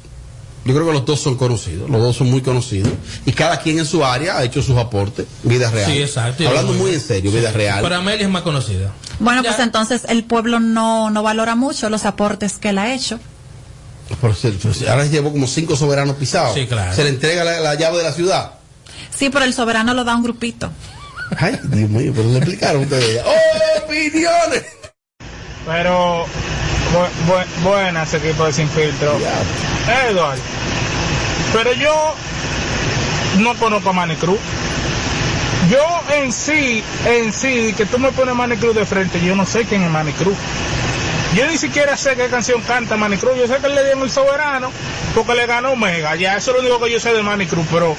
S2: Yo creo que los dos son conocidos. Los dos son muy conocidos. Y cada quien en su área ha hecho sus aportes. Vida real.
S3: Sí, exacto.
S2: Hablando muy en serio, vida real.
S3: Para Amelia es más conocida.
S1: Bueno, pues entonces el pueblo no, no valora mucho los aportes que él ha hecho.
S2: Por ser- por ser- ahora llevó como cinco soberanos pisados.
S3: Sí, claro.
S2: Se le entrega la, la llave de la ciudad.
S1: Sí, pero el soberano lo da a un grupito.
S2: Ay,
S15: <laughs>
S2: Dios mío, pero le explicaron ustedes. ¡Opiniones!
S14: Pero
S15: Bu- bu- buenas, equipo de Sin Filtro. Edward, pero yo no conozco a Manny Cruz. Yo en sí, en sí, que tú me pones Manny Cruz de frente, yo no sé quién es Manny Cruz. Yo ni siquiera sé qué canción canta Manny Cruz. Yo sé que le dieron el soberano porque le ganó Mega. Ya, eso es lo único que yo sé de Manny Cruz, pero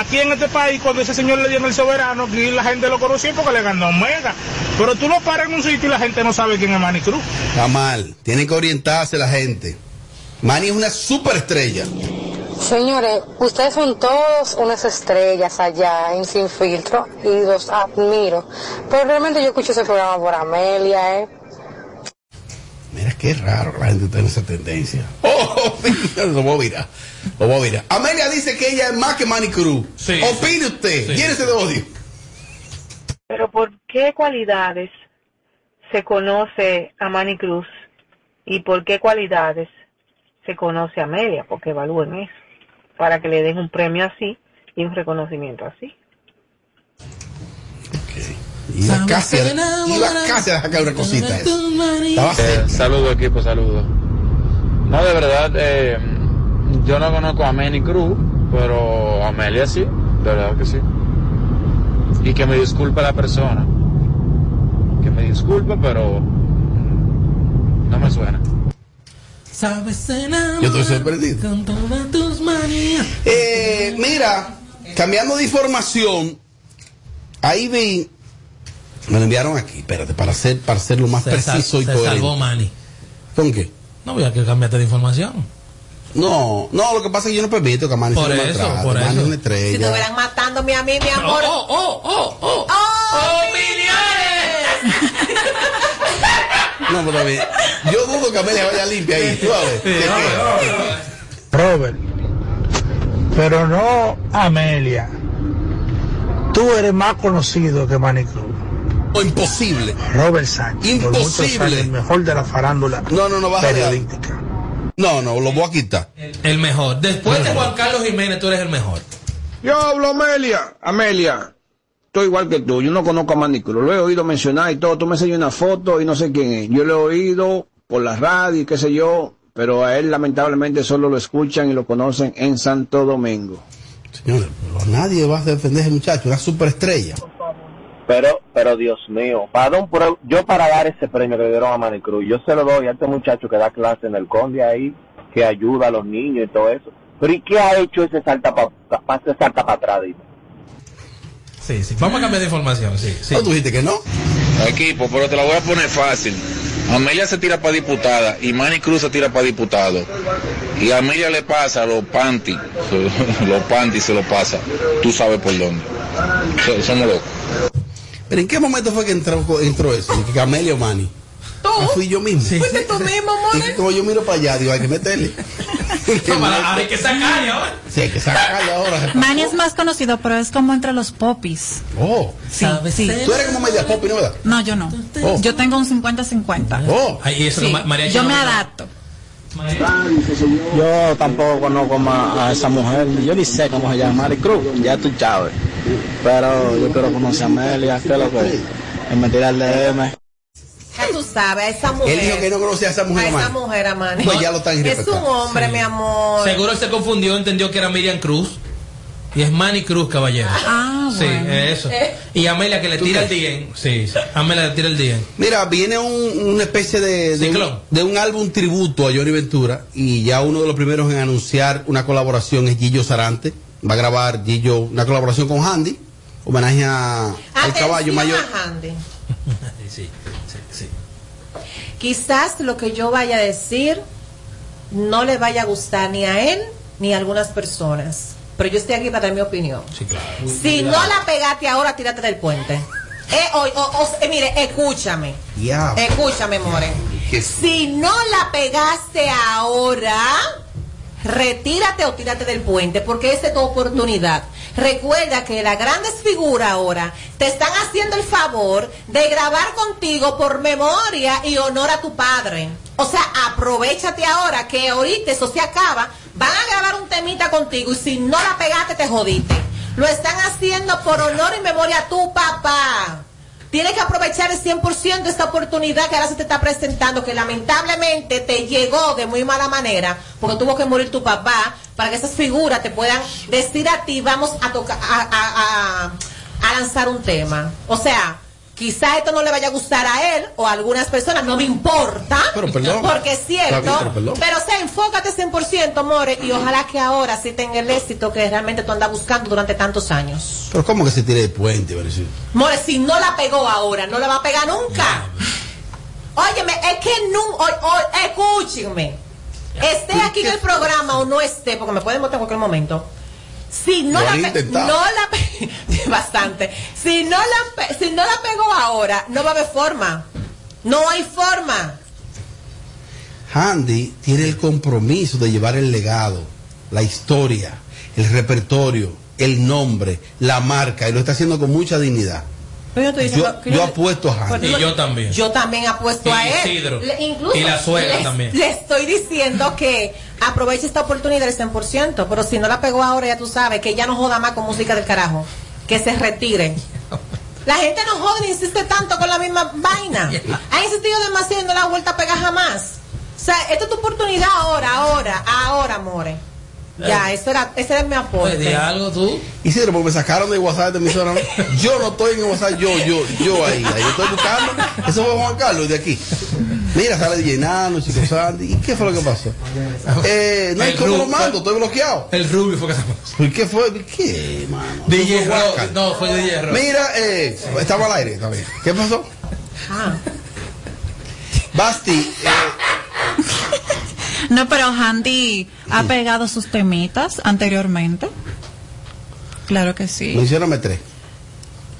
S15: aquí en este país, cuando ese señor le dieron el soberano, aquí la gente lo conocía porque le ganó Mega. Pero tú lo paras en un sitio y la gente no sabe quién es Manny Cruz.
S2: Está mal. Tiene que orientarse la gente. Manny es una superestrella.
S16: Señores, ustedes son todos unas estrellas allá en Sin Filtro y los admiro. Pero realmente yo escucho ese programa por Amelia, ¿eh?
S2: Mira, qué raro la gente tiene esa tendencia. <laughs> Oh, lo voy a mirar. Lo voy a mirar. Amelia dice que ella es más que Manny Cruz. Opine usted. Llénese de odio.
S17: Pero ¿por qué cualidades se conoce a Manny Cruz y por qué cualidades se conoce a Amelia? Porque evalúen eso, para que le den un premio así y un reconocimiento así.
S2: Iba casi, a, iba casi a sacar una cosita. esa. Estaba
S18: Eh, saludo equipo, saludo. No, de verdad, eh, yo no conozco a Manny Cruz, pero a Amelia sí, de verdad que sí. Y que me disculpe la persona. Que me disculpe, pero mm, no me suena.
S2: pues,
S3: Sabes
S2: Yo estoy sorprendido.
S3: Con todas tus manías.
S2: Eh, mira, cambiando de información, ahí vi, me lo enviaron aquí, espérate, para ser, para ser lo más
S3: Se
S2: preciso
S3: sal-
S2: y
S3: se
S2: coherente.
S3: salvó Manny.
S2: ¿Con qué?
S3: No voy a que cambiaste de información.
S2: No, no, lo que pasa es que yo no permito que Manny
S3: Por
S2: se lo
S3: eso,
S2: maltrate.
S3: por
S2: Manny
S3: eso.
S2: es una
S4: Si
S2: estrella.
S4: estuvieran matándome a mí, mi amor.
S3: Oh, oh, oh, oh.
S2: No, pero bien. Yo dudo que Amelia vaya limpia ahí, tú sabes. ¿De qué?
S15: Robert, pero no Amelia. Tú eres más conocido que Manny Cruz.
S2: imposible.
S15: Robert Sánchez. por muchos
S2: Imposible.
S15: años, el mejor de la farándula.
S2: No, no, no, baja de ahí.
S15: periodística.
S2: No, no, lo voy a quitar.
S3: El mejor. Después de Juan Carlos Jiménez, tú eres el mejor.
S10: Yo hablo Amelia. Amelia, estoy igual que tú. Yo no conozco a Manny Cruz. Lo he oído mencionar y todo. Tú me enseñas una foto y no sé quién es. Yo lo he oído por la radio y qué sé yo. Pero a él lamentablemente solo lo escuchan y lo conocen en Santo Domingo.
S2: Señores, pero nadie va a defender a ese muchacho, una superestrella.
S19: Pero, pero Dios mío, para dar un pro- yo para dar ese premio que le dieron a Manny Cruz, yo se lo doy a este muchacho que da clase en el Conde ahí, que ayuda a los niños y todo eso. Pero ¿y qué ha hecho ese salta para salta para atrás? dime?
S3: Sí, sí. Vamos a cambiar de información, sí. sí.
S2: tú dijiste que no?
S20: Equipo, pero te la voy a poner fácil. Amelia se tira para diputada y Manny Cruz se tira para diputado. Y a Amelia le pasa los panty. <laughs> Los panty se lo pasa. Tú sabes por
S3: <laughs>
S20: dónde. So- Somos locos.
S2: Pero ¿en qué momento fue que entró, entró eso? ¿Que Amelia o Manny?
S1: Tú.
S2: Ah, fui yo mismo.
S1: Fuiste tú mismo,
S2: Y como yo miro para allá, digo, hay que meterle.
S3: Hay que ¿eh? sacarle ahora.
S2: Sí, hay que sacarle ahora.
S1: Manny es más conocido, pero es como entre los popis.
S2: Oh,
S1: Sí, sí.
S2: Tú eres como media pop, ¿no verdad?
S1: No, yo no.
S2: Oh.
S1: Yo tengo un 50-50.
S3: Ay, y eso que
S1: Sí,
S3: Ma- María
S1: yo
S3: Chino
S1: me
S3: no-
S1: adapto.
S21: Yo tampoco conozco más a esa mujer, yo ni sé cómo se llama, Mari Cruz, ya tú sabes. Pero yo quiero conocer a Amelia, que es lo que es. Es mentira el DM.
S4: Ya tú sabes, a esa mujer.
S2: Él dijo que no conocía a esa mujer,
S4: Pues, A esa
S2: Amani.
S4: mujer, Amani.
S2: Pues ya lo están
S4: Es un
S2: irrespetando.
S4: hombre, mi amor.
S3: Seguro se confundió, entendió que era Miriam Cruz. Y es Manny Cruz, caballero.
S4: Ah,
S3: Sí, eso. Y Amelia que le tira el DM. Sí, sí. Amelia le tira el DM.
S2: Mira, viene un- una especie de, de, un, de un álbum tributo a Johnny Ventura y ya uno de los primeros en anunciar una colaboración es Gillo Sarante. Va a grabar Gillo una colaboración con Handy, homenaje a- al
S4: Atención
S2: caballo mayor.
S4: a Handy.
S3: Sí, sí, sí.
S4: Quizás lo que yo vaya a decir no le vaya a gustar ni a él ni a algunas personas. Pero yo estoy aquí para dar mi opinión.
S3: Sí, claro.
S4: Si no la pegaste ahora, tírate del puente. Eh, o- o- o- eh, mire, escúchame.
S2: Ya.
S22: Eh,
S4: Escúchame, More.
S2: Que-
S4: Si no la pegaste ahora, retírate o tírate del puente, porque esta es tu oportunidad. Recuerda que las grandes figuras ahora te están haciendo el favor de grabar contigo por memoria y honor a tu padre. O sea, aprovechate ahora que ahorita eso se acaba. Van a grabar un temita contigo y si no la pegaste, te jodiste. Lo están haciendo por honor y memoria a tu papá. Tienes que aprovechar el 100% esta oportunidad que ahora se te está presentando, que lamentablemente te llegó de muy mala manera, porque tuvo que morir tu papá, para que esas figuras te puedan decir a ti, vamos a tocar, a, a- a- a lanzar un tema. O sea, quizás esto no le vaya a gustar a él o a algunas personas, no me importa.
S2: Pero perdón.
S4: Porque es cierto.
S2: Está bien, pero
S4: pero,
S2: perdón.
S4: o sea, enfócate 100%, More, y ojalá que ahora sí tenga el éxito que realmente tú andas buscando durante tantos años.
S2: Pero ¿cómo que se tire de puente, Brasil?
S4: More, si no la pegó ahora, no la va a pegar nunca. Óyeme, es que nunca, escúchenme,
S23: pues,
S4: esté aquí en el programa o no esté, porque me pueden votar en cualquier momento. Si no
S23: Lo
S4: la,
S23: han
S4: pe-
S23: intentado.
S4: no la pe- <laughs> bastante. Si no la pe- si no la pegó ahora, no va a haber forma. No hay forma.
S2: Handy tiene el compromiso de llevar el legado, la historia, el repertorio, el nombre, la marca, y lo está haciendo con mucha dignidad.
S4: Pero yo estoy
S2: Yo,
S4: diciendo que
S2: yo apuesto a Handy.
S3: Y yo también.
S4: Yo también apuesto
S3: Y
S4: a él.
S3: Isidro.
S4: Le- incluso
S3: Y la suegra
S4: les-
S3: también.
S4: Le estoy diciendo que aproveche esta oportunidad del 100%, pero si no la pegó ahora, ya tú sabes que ya no joda más con música del carajo. Que se retire. La gente no jode ni insiste tanto con la misma vaina. Ha insistido demasiado y no la ha vuelto a pegar jamás. O sea, esta es tu oportunidad ahora, ahora, ahora, more. Ya, eso era, ese era mi
S3: Eh.
S4: aporte.
S3: Pues, algo tú?
S2: Y sí, porque me sacaron de WhatsApp de emisora. Yo no estoy en WhatsApp, yo, yo, yo ahí. ahí estoy buscando. Eso fue Juan Carlos de aquí. Mira, sale de llenando, chico Sandy. ¿Y qué fue lo que pasó? Eh, no hay
S3: El
S2: cómo lo
S3: Rubio.
S2: mando, estoy bloqueado.
S3: El rubio fue que se
S2: ¿Y qué fue? ¿Qué, mano?
S3: DJ
S2: Eso fue Juan
S3: Ro-
S2: Carlos.
S3: No, fue DJ Ro.
S2: Mira, eh, estaba al aire, está bien. ¿Qué pasó?
S4: Ah.
S2: Basti, eh,
S1: <laughs> No, pero Handy ha pegado sus temitas anteriormente. Claro que sí.
S2: mencióname tres.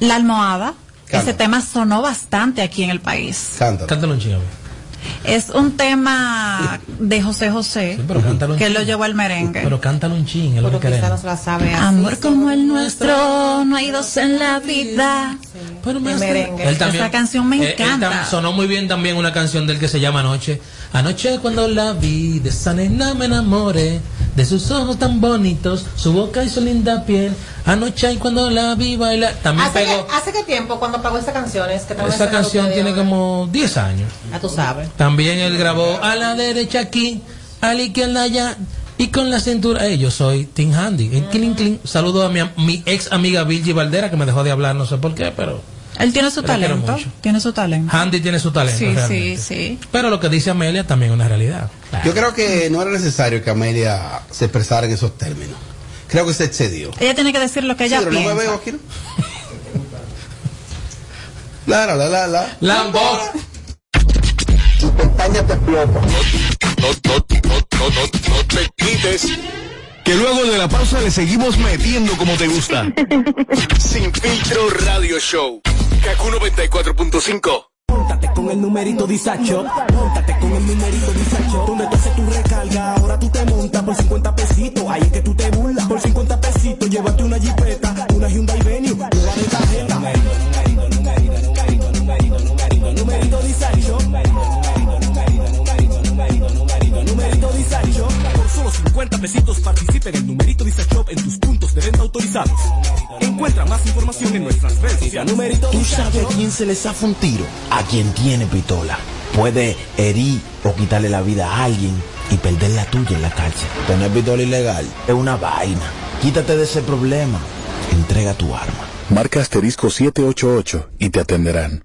S1: La almohada.
S2: Cántalo.
S1: Ese tema sonó bastante aquí en el país.
S2: Cántalo.
S3: Cántalo un chingo.
S1: Es un tema de José José
S3: pero cántalo un
S1: que lo llevó al merengue.
S3: Pero cántalo un ching, es lo que
S1: quizá
S3: queremos.
S1: no Amor como el nuestro, no hay dos en la vida.
S3: me
S1: El
S3: hace-
S1: merengue.
S3: Él también- eh,
S1: Esa canción me
S3: él- él tam-
S1: encanta.
S3: sonó muy bien también una canción del que se llama Anoche. Anoche cuando la vi, de esa nena me enamoré. De sus ojos tan bonitos, su boca y su linda piel. Anoche y cuando la vi bailar. También
S4: ¿Hace,
S3: pegó.
S4: que- hace qué tiempo cuando apagó esas canciones? Que estaban
S3: Esa
S4: sonando
S3: canción
S4: ustedes?
S3: tiene como 10 años.
S4: Ya tú sabes.
S3: También él grabó a la derecha aquí, a la izquierda allá y con la cintura. Eh, yo soy Tim Handy. En Clean Clean, saludo a mi, am- mi ex amiga Virgi Valdera que me dejó de hablar, no sé por qué, pero
S1: Él tiene su
S3: Pero quiero
S1: talento.
S3: mucho.
S1: Tiene su talento.
S3: Handy tiene su talento.
S1: Sí, sí,
S3: realmente.
S1: sí.
S3: Pero lo que dice Amelia también es una realidad.
S2: Yo creo que no era necesario que Amelia se expresara en esos términos. Creo que se excedió.
S1: Ella tiene que decir lo que ella
S2: Sí, pero no me
S1: piensa.
S2: veo aquí, La, la, la, la, la.
S3: Lambos.
S2: Pestaña te explota.
S7: No te quites.
S10: Que luego de la pausa le seguimos metiendo como te gusta.
S7: Sin filtro radio show. Kaku 94.5.
S5: Móntate con el numerito disacho. Móntate con el numerito disacho. Donde tú haces tu recarga, ahora tú te montas por 50 pesitos. Ahí es que tú te burlas. Por 50 pesitos, llévate una jipeta, una Hyundai Venue, una de tarjeta. Numerito disacho. Numerito disacho. Por solo 50 pesitos participa en el numerito disacho en tus puntos de venta autorizados. Encuentra más información en nuestras redes sociales.
S24: Tú sabes a quién se le zafa un tiro. A quien tiene pistola. Puede herir o quitarle la vida a alguien y perder la tuya en la cárcel. Tener pistola ilegal es una vaina. Quítate de ese problema. Entrega tu arma.
S11: Marca asterisco 788 y te atenderán.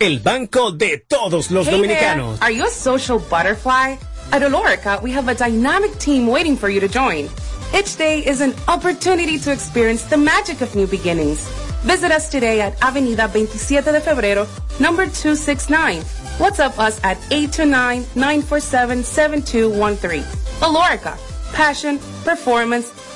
S7: el banco de todos los
S25: Hey
S7: dominicanos.
S25: There. Are you a social butterfly? At Olorica, we have a dynamic team waiting for you to join. Each day is an opportunity to experience the magic of new beginnings. Visit us today at Avenida 27 de Febrero, number 269. WhatsApp us at 829-947-7213. Olorica, passion, performance,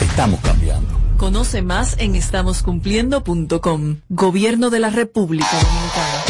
S26: Estamos cambiando.
S13: Conoce más en estamoscumpliendo.com. Gobierno de la República Dominicana.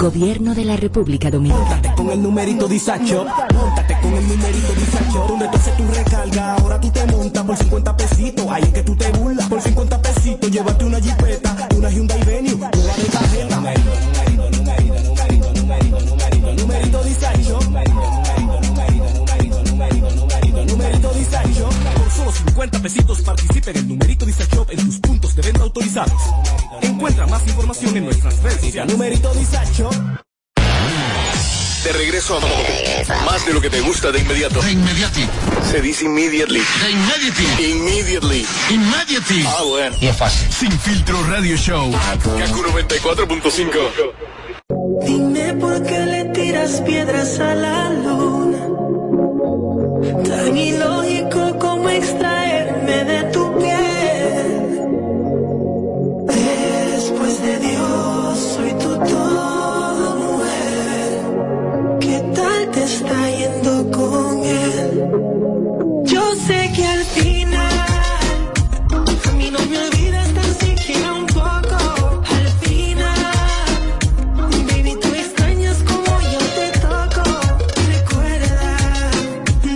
S8: Gobierno de la República Dominicana.
S5: Móntate con el numerito disacho. Móntate con el numerito disacho. Donde tú haces tu recarga, ahora tú te montas por 50 pesitos. Ahí es que tú te burlas. Por 50 pesitos, llévate una jipeta, una Hyundai Venue, una de tarjeta. Numerito, numerito, numerito, numerito, numerito, numerito, numerito disacho. Numerito, numerito, numerito, numerito, numerito, numerito disacho. Por solo 50 pesitos participa en el numerito disacho en tus puntos de venta autorizados. Encuentra más información en nuestras redes sociales. Numerito disacho.
S24: De regreso a más de lo que te gusta de inmediato. De inmediati. Se dice immediately. De inmediati. Immediately. Immediately. Ah, bueno. Y es fácil. Sin filtro radio show. Kaku 94.5.
S22: Dime por qué le tiras piedras a la luna. Tan ilógico como extraerme de tu piel. Después de Dios, soy tu todo, mujer. ¿Qué tal te está yendo con él? Yo sé que al final, a mí no me olvidas tan siquiera un poco. Al final. Baby, tú extrañas como yo te toco. Recuerda,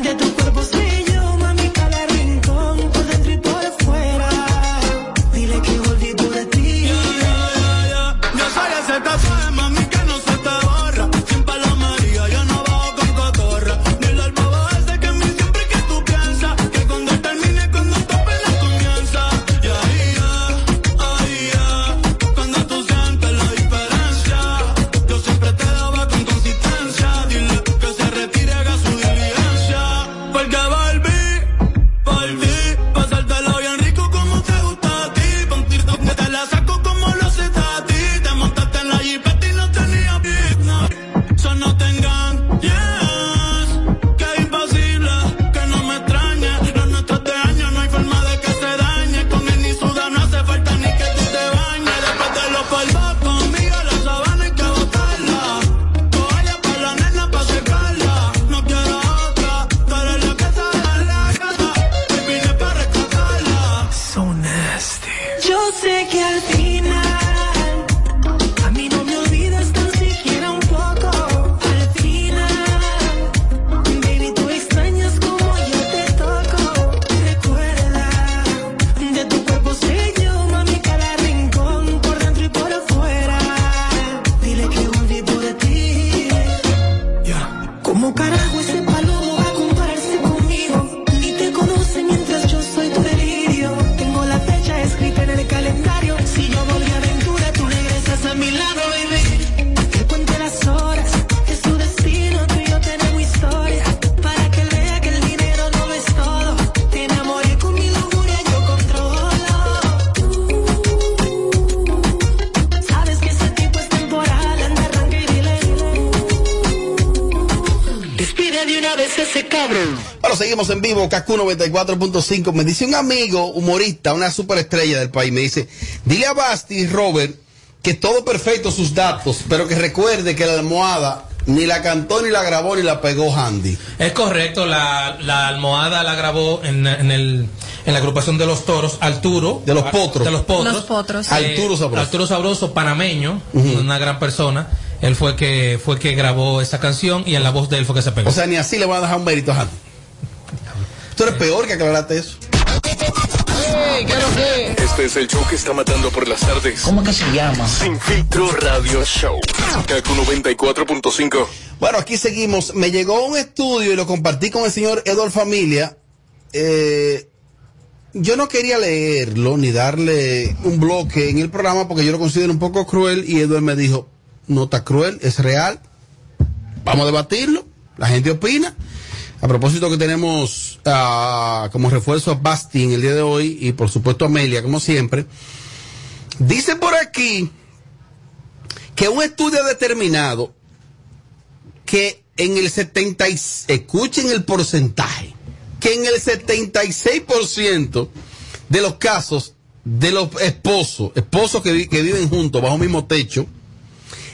S22: de tu cuerpo sé yo, mami, cada rincón, por dentro y por fuera. Dile que volví por ti.
S27: Yo soy ese tatuaje, mami, que no se te borra. Sin palomería, yo no bajo con cotorra. Ni el alma ese que me siempre que tú piensas. Que cuando termine, cuando tope la comienza. Y ahí ya, ahí ya. Cuando tú sientes la diferencia. Yo siempre te daba con consistencia. Dile que se retire, haga su diligencia. Porque volví, volví. Pasártelo bien rico como te gusta a ti. Pontirte que te la saco como lo haces a ti. Te montaste en la jipeta y no tenía pizza. Eso no tengan, yes. Que es imposible que no me extrañe. Los nuestros de años no hay forma de que se dañe. Con él ni suda no hace falta ni que tú te bañes. Después de los polvos conmigo, la sabana hay que botarla. Toalla para la nena para secarla. No quiero otra, tú eres la que se da la gata. Hoy vine para rescatarla.
S22: So nasty. Yo sé que al final a mí no me olvidas tan siquiera un poco. Al final, baby, tú extrañas como yo te toco. Recuerda, de tu cuerpo sé yo, mami, cada rincón, por dentro y por afuera. Dile que volví por ti. Como carajo ese palomo va a compararse conmigo. Ni te conoce mientras yo soy tu delirio. Tengo la fecha escrita en el calendario. Si yo volví a aventura, tú regresas a mi lado, baby. Que cuente las horas, es su destino, tú y yo tenemos historia. Para que él vea que el dinero no lo es todo. Te enamoré con mi lujuria, yo controlo. Sabes que ese tipo es temporal, anda, arranca y dile.
S27: Despide de una vez ese cabrón.
S2: Bueno, seguimos en vivo, Kaku 94.5. Me dice un amigo humorista, una superestrella del país, me dice, dile a Basti, Robert, que todo perfecto sus datos, pero que recuerde que la almohada ni la cantó, ni la grabó, ni la pegó Handy.
S3: Es correcto, la, la almohada la grabó en, en el, en la agrupación de los toros, Arturo.
S2: De los potros.
S3: De los potros. Eh,
S1: Los potros.
S2: Arturo Sabroso.
S3: Arturo Sabroso, panameño, una gran persona. Él fue que, fue que grabó esa canción y en la voz de él fue que se pegó.
S2: O sea, ni así le van a dejar un mérito a Handy. Tú eres peor que aclaraste eso.
S7: Este es el show que está matando por las tardes. ¿Cómo que se llama? Sin filtro radio show. KQ 94.5.
S2: Bueno, aquí seguimos. Me llegó un estudio y lo compartí con el señor Edward Familia. Eh, yo no quería leerlo ni darle un bloque en el programa porque yo lo considero un poco cruel y Edward me dijo, no está cruel, es real. Vamos a debatirlo. La gente opina. A propósito que tenemos ah, como refuerzo a Basti en el día de hoy y por supuesto a Amelia, como siempre. Dice por aquí que un estudio ha determinado que en el 70, y- escuchen el porcentaje, que en el 76% de los casos de los esposos, esposos que, vi- que viven juntos bajo un mismo techo,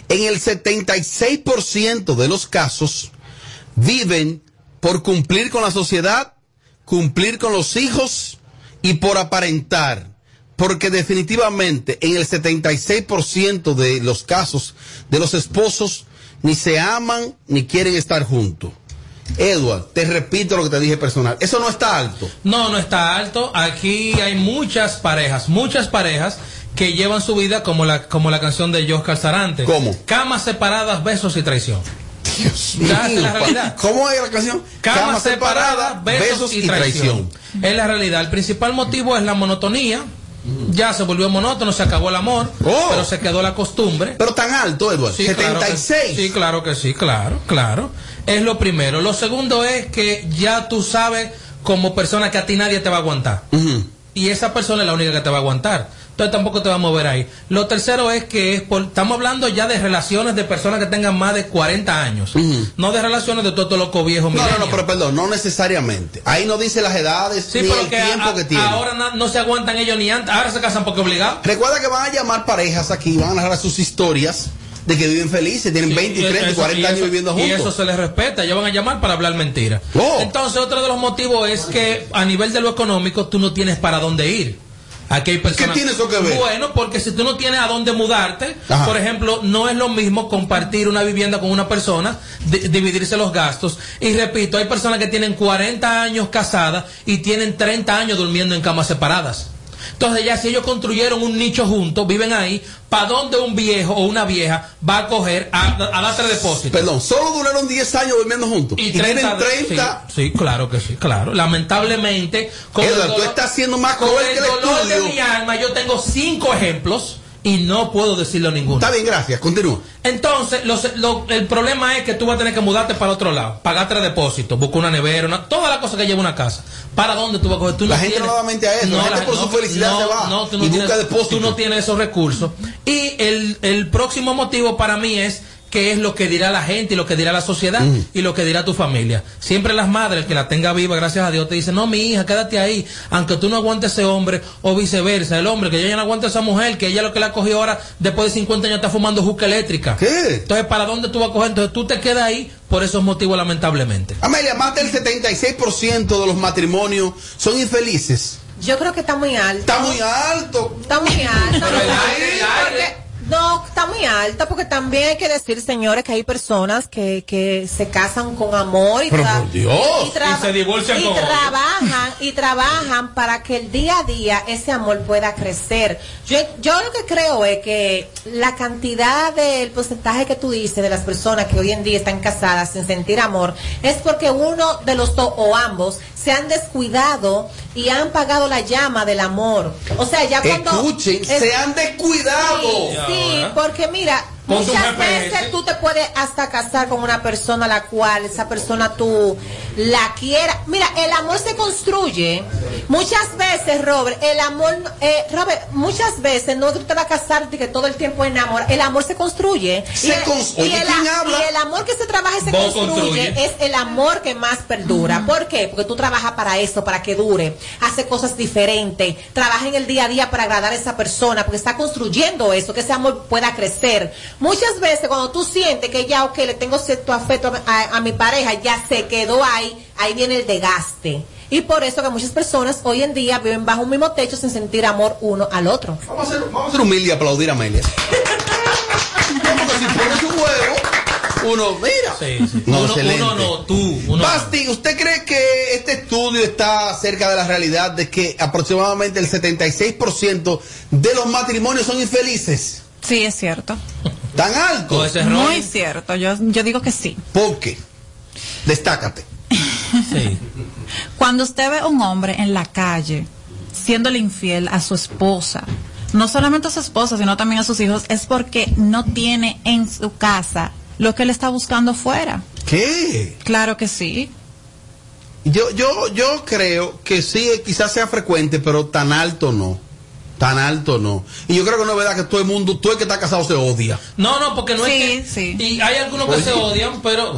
S2: en el 76% de los casos viven por cumplir con la sociedad, cumplir con los hijos y por aparentar. Porque definitivamente en el 76% de los casos de los esposos ni se aman ni quieren estar juntos. Edward, te repito lo que te dije personal. Eso no está alto.
S3: No, no está alto. Aquí hay muchas parejas, muchas parejas que llevan su vida como la, como la canción de Oscar Sarante. ¿Cómo? Camas separadas, besos y traición. Ya, esa es la realidad.
S2: ¿Cómo es la canción?
S3: Camas
S2: Camas
S3: separadas,
S2: separadas,
S3: besos,
S2: besos
S3: y,
S2: y
S3: traición.
S2: traición.
S3: Es la realidad. El principal motivo es la monotonía.
S2: Mm.
S3: Ya se volvió monótono, se acabó el amor,
S2: Oh.
S3: pero se quedó la costumbre.
S2: Pero tan alto, Eduardo.
S3: Sí, claro que-
S2: 76.
S3: sí, claro que sí, claro, claro. Es lo primero. Lo segundo es que ya tú sabes como persona que a ti nadie te va a aguantar. Y esa persona es la única que te va a aguantar. Entonces tampoco te va a mover ahí. Lo tercero es que es por- estamos hablando ya de relaciones de personas que tengan más de 40 años. No de relaciones de todo loco viejo.
S2: No, no, no, pero perdón, no necesariamente. Ahí no dice las edades
S3: Sí,
S2: ni
S3: pero
S2: el
S3: que a-
S2: tiempo
S3: a-
S2: que tiene.
S3: ahora na- no se aguantan ellos ni antes. Ahora se casan porque obligados.
S2: Recuerda que van a llamar parejas aquí, van a narrar sus historias de que viven felices, tienen 20,
S3: Y
S2: 30,
S3: eso-
S2: 40
S3: y
S2: años
S3: eso-
S2: viviendo
S3: Y eso
S2: juntos. Oh.
S3: se les respeta, ya van a llamar para hablar mentira. Entonces, otro de los motivos es que a nivel de lo económico tú no tienes para dónde ir. Aquí hay personas,
S2: tiene eso que ver?
S3: Bueno, porque si tú no tienes a dónde mudarte,
S2: Ajá.
S3: por ejemplo, no es lo mismo compartir una vivienda con una persona, di- dividirse los gastos. Y repito, hay personas que tienen 40 años casadas y tienen 30 años durmiendo en camas separadas. Entonces ya si ellos construyeron un nicho juntos, viven ahí, ¿para dónde un viejo o una vieja va a coger a, a darte depósito?
S2: Perdón, solo duraron 10 años durmiendo juntos. Y, tienen 30.
S3: Sí, sí, claro que sí, claro. Lamentablemente, el
S2: Edward, tú
S3: dolor-
S2: estás siendo más
S3: con
S2: cruel
S3: el
S2: que el
S3: dolor de
S2: estudio.
S3: mi alma, yo tengo cinco ejemplos y no puedo decirlo ninguno. Está
S2: bien, gracias, continúa.
S3: Entonces, los- lo- el problema es que tú vas a tener que mudarte para otro lado, pagar tres depósitos, buscar una nevera, una, toda la cosa que lleva una casa. ¿Para dónde tú vas a coger? Tú
S2: La gente no da mente a eso, la gente por su felicidad se va
S3: tú no
S2: y busca
S3: tienes-
S2: depósitos.
S3: Tú no tienes esos recursos. Y el, el próximo motivo para mí es que es lo que dirá la gente y lo que dirá la sociedad
S2: Mm.
S3: y lo que dirá tu familia. Siempre las madres que la tenga viva, gracias a Dios, te dicen, no, mi hija, quédate ahí, aunque tú no aguantes ese hombre o viceversa, el hombre que yo ya no aguanto a esa mujer, que ella lo que la cogió ahora, después de 50 años está fumando juca eléctrica. Entonces, ¿para dónde tú vas a coger? Entonces tú te quedas ahí por esos motivos, lamentablemente.
S2: Amelia, más del 76% de los matrimonios son infelices.
S4: Yo creo que está muy alto.
S2: Está muy alto. <laughs>
S4: Está muy alto. Porque- no, está muy alta porque también hay que decir, señores, que hay personas que, que se casan con amor y,
S3: Pero
S4: tra-
S3: por Dios.
S4: y, tra-
S3: Y se divorcian
S4: y
S3: con odio.
S4: trabajan y trabajan para que el día a día ese amor pueda crecer. Yo, yo lo que creo es que la cantidad del porcentaje que tú dices de las personas que hoy en día están casadas sin sentir amor es porque uno de los dos o ambos se han descuidado y han pagado la llama del amor. O sea, ya cuando
S2: Escuchen, se han descuidado.
S4: Sí, sí,
S2: Y ahora.
S4: porque mira,
S2: Con tu
S4: muchas
S2: GPS.
S4: veces tú te puedes hasta casar con una persona a la cual esa persona tú la quiera. Mira, el amor se construye. Muchas veces, Robert, el amor, eh, Robert, muchas veces no tú te vas a casarte que todo el tiempo enamora. El amor se construye.
S2: Se
S4: y, el,
S2: construye.
S4: y el-
S2: ¿Quién habla?
S4: y el amor que se trabaja y se
S2: Vos
S4: construye,
S2: construye.
S4: es el amor que más perdura. ¿Por qué? Porque tú trabajas para eso, para que dure. Hace cosas diferentes. Trabaja en el día a día para agradar a esa persona, porque está construyendo eso, que ese amor pueda crecer. Muchas veces cuando tú sientes que ya, ok, le tengo cierto afecto a, a- a mi pareja, ya se quedó ahí, ahí viene el desgaste. Y por eso que muchas personas hoy en día viven bajo un mismo techo sin sentir amor uno al otro.
S2: Vamos a ser humilde y aplaudir a Amelia. Porque si pones un huevo, uno, mira.
S3: Uno-
S2: excelente.
S3: uno no, tú. uno-
S2: Basti, ¿usted cree que este estudio está cerca de la realidad de que aproximadamente el 76% de los matrimonios son infelices?
S1: Sí, es cierto.
S2: ¿Tan alto?
S1: Muy cierto, yo, yo digo que sí.
S2: ¿Por qué? Destácate.
S1: Cuando usted ve a un hombre en la calle siéndole infiel a su esposa, no solamente a su esposa, sino también a sus hijos, es porque no tiene en su casa lo que él está buscando fuera.
S2: ¿Qué?
S1: Claro que sí.
S2: Yo, yo, yo creo que sí, eh, quizás sea frecuente, pero tan alto no. Tan alto no. Y yo creo que no es verdad que todo el mundo, todo el que está casado se odia.
S3: No, no, porque no es que. Y hay algunos que
S2: Oye.
S3: se odian, pero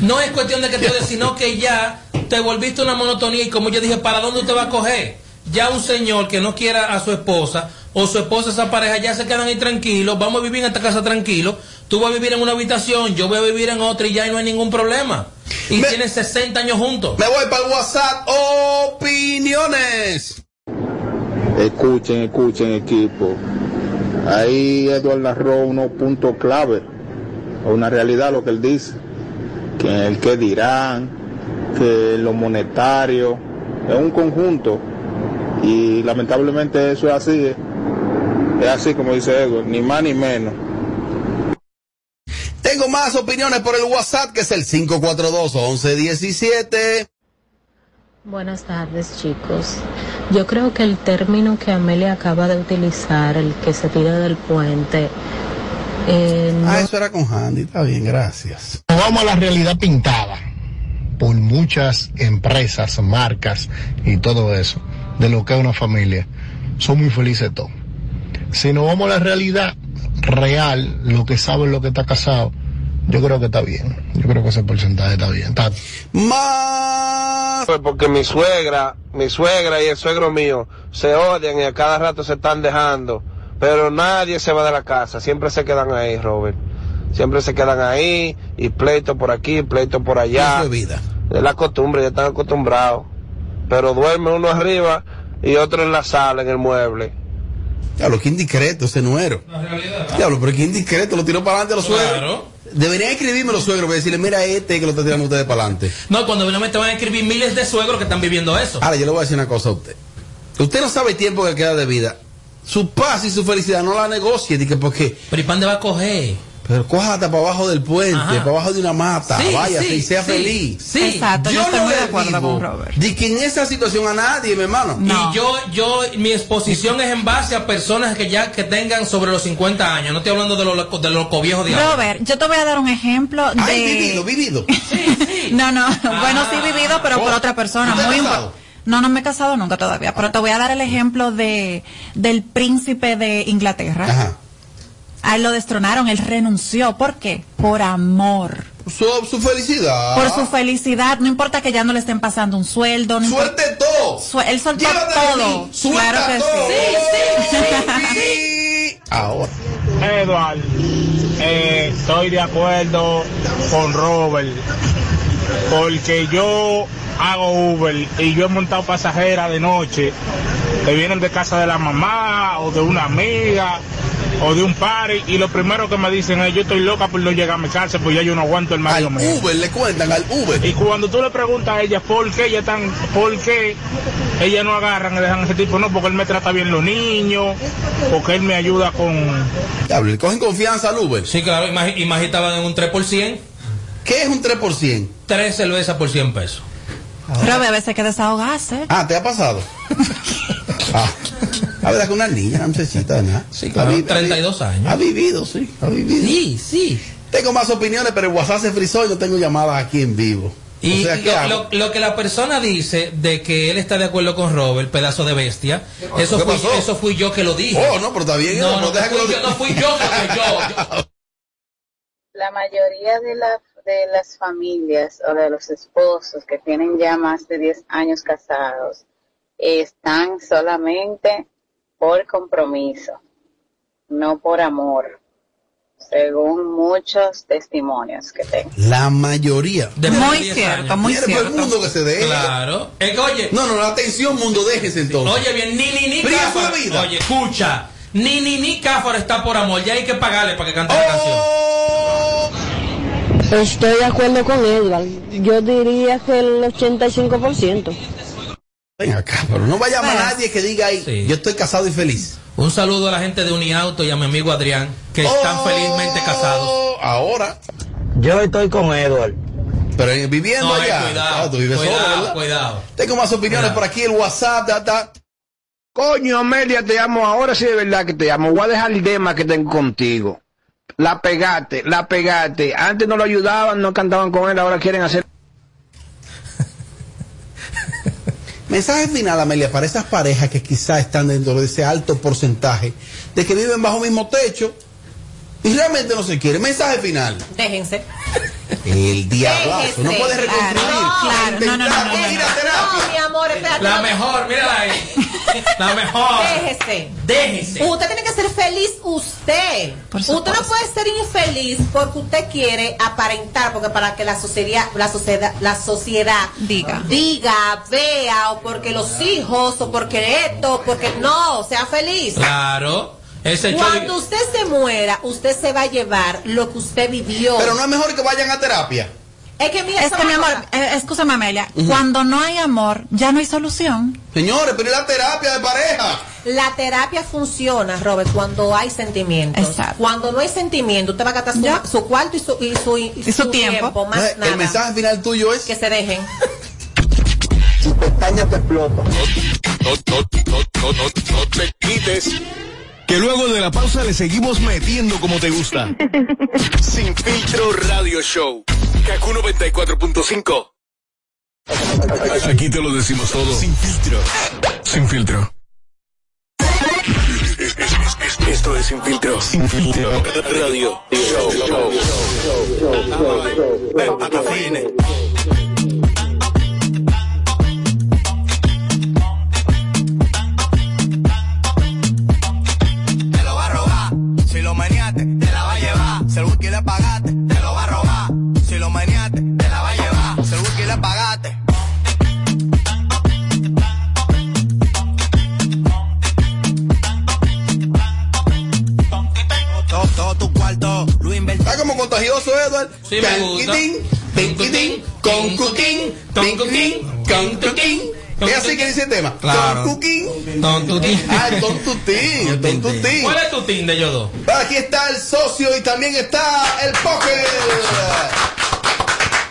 S3: no es cuestión de que te
S2: <laughs>
S3: odies, sino que ya te volviste una monotonía y como yo dije, ¿para dónde usted va a coger? Ya un señor que no quiera a su esposa o su esposa, esa pareja, ya se quedan ahí tranquilos, vamos a vivir en esta casa tranquilo, tú vas a vivir en una habitación, yo voy a vivir en otra y ya no hay ningún problema. Y tienen 60 años juntos.
S2: Me voy para el WhatsApp, opiniones.
S28: Escuchen, escuchen equipo. Ahí Eduardo narró unos puntos clave, o una realidad lo que él dice, que el que dirán, que lo monetario, es un conjunto y lamentablemente eso es así, ¿eh? es así como dice Eduardo, ni más ni menos.
S2: Tengo más opiniones por el WhatsApp, que es el 542-1117.
S14: Buenas tardes chicos. Yo creo que el término que Amelia acaba de utilizar, el que se tira del puente, eh, no-
S2: Ah, eso era con Handy, está bien, gracias.
S16: Nos Vamos a la realidad pintada por muchas empresas, marcas y todo eso, de lo que es una familia. Son muy felices todos. Si nos vamos a la realidad real, lo que saben lo que está casado, yo creo que está bien. Yo creo que ese porcentaje está bien. Está
S29: Pues porque mi suegra, mi suegra y el suegro mío se odian y a cada rato se están dejando, pero nadie se va de la casa, siempre se quedan ahí, Robert. Siempre se quedan ahí y pleito por aquí, pleito por allá.
S2: Eso es vida.
S29: Es la costumbre, ya están acostumbrados. Pero duerme uno arriba y otro en la sala, en el mueble.
S2: Diablo, qué indiscreto ese nuero. Diablo, pero qué indiscreto, lo tiró para adelante a los suegros. Deberían escribirme los suegros para decirle, mira este que lo está tirando ustedes para adelante.
S3: No, cuando me te van a escribir miles de suegros que están viviendo eso.
S2: Ahora, Ah, yo le voy a decir una cosa a usted. Usted no sabe el tiempo que queda de vida. Su paz y su felicidad no la negocie, dice, porque...
S3: Pero ¿y pan de va a coger?
S2: Pero cójate para abajo del puente,
S3: Ajá.
S2: para abajo de una mata,
S3: Sí,
S2: vaya,
S3: sí,
S2: y sea
S3: sí,
S2: feliz.
S3: sí. Exacto, yo
S2: yo
S3: estoy
S2: no
S3: muy
S2: le
S3: de acuerdo con
S2: digo
S3: Robert.
S2: de que en esa situación a nadie, mi hermano.
S3: Y yo, yo, mi exposición es en base a personas que ya que tengan sobre los 50 años. No estoy hablando de los loco- de los locos viejos de ahora.
S1: Robert, yo te voy a dar un ejemplo de...
S3: Ay, vivido,
S1: <laughs>
S2: vivido.
S1: no, no, bueno, sí vivido, pero por
S3: Oh,
S1: otra persona.
S3: ¿usted
S1: Muy
S3: ha
S1: impo-
S3: casado?
S1: No, no me he casado nunca todavía, pero te voy a dar el ejemplo de del príncipe de Inglaterra. A él lo destronaron, él renunció. ¿Por qué? Por amor.
S2: Su, su felicidad.
S1: Por su felicidad, no importa que ya no le estén pasando un sueldo. No
S2: ¡Suelte
S1: importa-
S2: todo!
S1: Su- él soltó
S2: Llévate de
S1: todo.
S2: mí, suelta
S1: claro que
S2: todo.
S1: sí.
S2: Ahora.
S15: Eduard, eh, estoy de acuerdo con Robert, porque yo hago Uber y yo he montado pasajera de noche que vienen de casa de la mamá o de una amiga o de un party y lo primero que me dicen es yo estoy loca por no llegar a mi casa porque ya yo no aguanto el marido mío".
S2: Uber, le cuentan al Uber.
S15: Y cuando tú le preguntas a ella por qué ella tan, por qué ella no agarran y dejan a ese tipo, no, porque él me trata bien los niños, porque él me ayuda con,
S2: Diablo, le cogen confianza al Uber.
S3: Sí, claro, imag- imaginaban en un 3 por 100.
S2: ¿Qué es un 3 por 100?
S3: 3 cervezas por 100 pesos.
S1: <laughs> Robert, a veces hay que desahogarse.
S2: Ah, ¿te
S3: <laughs>
S2: ha pasado? ah, la verdad que una niña, una muchachita, ¿no? Sí,
S3: claro, 32 años.
S2: Ha vivido, sí, ha vivido.
S3: Sí, sí.
S2: Tengo más opiniones, pero el WhatsApp se frizó y yo tengo llamadas aquí en vivo.
S3: Y
S2: O sea, ¿qué hago?
S3: lo, lo- lo que la persona dice de que él está de acuerdo con Robert, pedazo de bestia,
S2: pasó?
S3: eso
S2: ¿Qué
S3: fui,
S2: pasó?
S3: eso fui yo que lo dije.
S2: Oh, no, pero está bien, no,
S3: No, no,
S2: pero deja que
S3: fui
S2: lo
S3: yo,
S2: diga.
S3: no fui
S2: <laughs>
S3: yo, no fui yo.
S23: La mayoría de, la- de las familias o de los esposos que tienen ya más de 10 años casados eh, están solamente por compromiso, no por amor, según muchos testimonios que tengo.
S2: La mayoría.
S23: Muy cierto, muy
S2: Mira, pues, el
S23: cierto.
S2: mundo que se deje.
S3: Claro. Es que, oye.
S2: No, no, no, atención, mundo, déjese entonces.
S3: Oye, bien, ni ni ni
S2: Brilla
S3: Cáfaro.
S2: fue vida.
S3: Oye, escucha. Ni ni ni Cáfaro está por amor, ya hay que pagarle para que cante
S2: Oh.
S3: la canción.
S30: Estoy de acuerdo con Edward. Yo diría que el 85%.
S2: Ven acá, pero no vaya a
S3: Bueno.
S2: nadie que diga ahí, yo estoy casado y feliz. Oh.
S3: Un saludo a la gente de Uniauto y a mi amigo Adrián, que están felizmente casados.
S2: Ahora.
S31: Yo estoy con Edward.
S2: Pero viviendo
S3: No, eh,
S2: allá.
S3: cuidado,
S2: Ah, tú vives
S3: cuidado,
S2: solo, ¿verdad?
S3: cuidado.
S2: Tengo más opiniones por aquí, el WhatsApp, da, da.
S31: Coño, Amelia, te amo ahora sí de verdad que te amo. Voy a dejar el tema que tengo contigo. La pegaste, la pegaste. Antes no lo ayudaban, no cantaban con él, ahora quieren hacer.
S2: Mensaje final, Amelia, para esas parejas que quizás están dentro de ese alto porcentaje de que viven bajo mismo techo y realmente no se quieren. Mensaje final.
S4: Déjense.
S2: El diablazo.
S4: Déjese.
S2: No puedes reconstruir.
S4: Claro, no, no, no, no, no,
S2: ir a
S4: no.
S2: terapia.
S4: No, mi amor, espérate.
S3: La mejor, mírala ahí. La mejor.
S4: Déjese.
S3: Déjese.
S4: Usted tiene que ser feliz usted. Usted no puede ser infeliz porque usted quiere aparentar, porque para que la sociedad, la sociedad, la sociedad diga, diga, vea, o porque los hijos, o porque esto, porque no, sea feliz.
S3: Claro. Ese show de-
S4: Cuando usted se muera, usted se va a llevar lo que usted vivió.
S2: Pero no es mejor que vayan a terapia.
S4: Es que mira,
S1: Es que mi amor, eh, escúchame Amelia,
S2: Ujú.
S1: cuando no hay amor, ya no hay solución.
S2: Señores, pero ¿y la terapia de pareja.
S4: La terapia funciona, Robert, cuando hay sentimientos. Cuando no hay sentimiento, usted va a gastar su, su cuarto y su, y su, y su tiempo. más
S2: Entonces,
S4: nada.
S2: El mensaje final tuyo es.
S4: Que se dejen.
S31: Pestaña te explota.
S32: No, no, no, no, no, no te quites. Que luego de la pausa le seguimos metiendo como te <laughs> gusta. Sin filtro radio show. Kaku 94.5. Aquí te lo decimos todo. Sin filtro. Sin filtro. Esto es Sin filtro. Sin filtro. Radio show. show.
S33: te lo va a robar. Si lo meneaste, te la va a llevar. Si el whisky le pagaste, te lo va a robar. Si lo meneaste, te la va a llevar. Si el whisky le pagaste. Todo, todo tu cuarto, lo invertí.
S2: Está como contagioso, Edward.
S33: Sí, me gusta.
S2: Pinquitín, con cuquín, pinquitín, con cuquín. Es así que dice el tema.
S3: Claro.
S2: Con cuquín.
S3: Tontutín.
S2: Ah, el tontutín, el tontutín.
S3: ¿Cuál es tu team de Yodo?
S2: Aquí está el socio y también está el póker.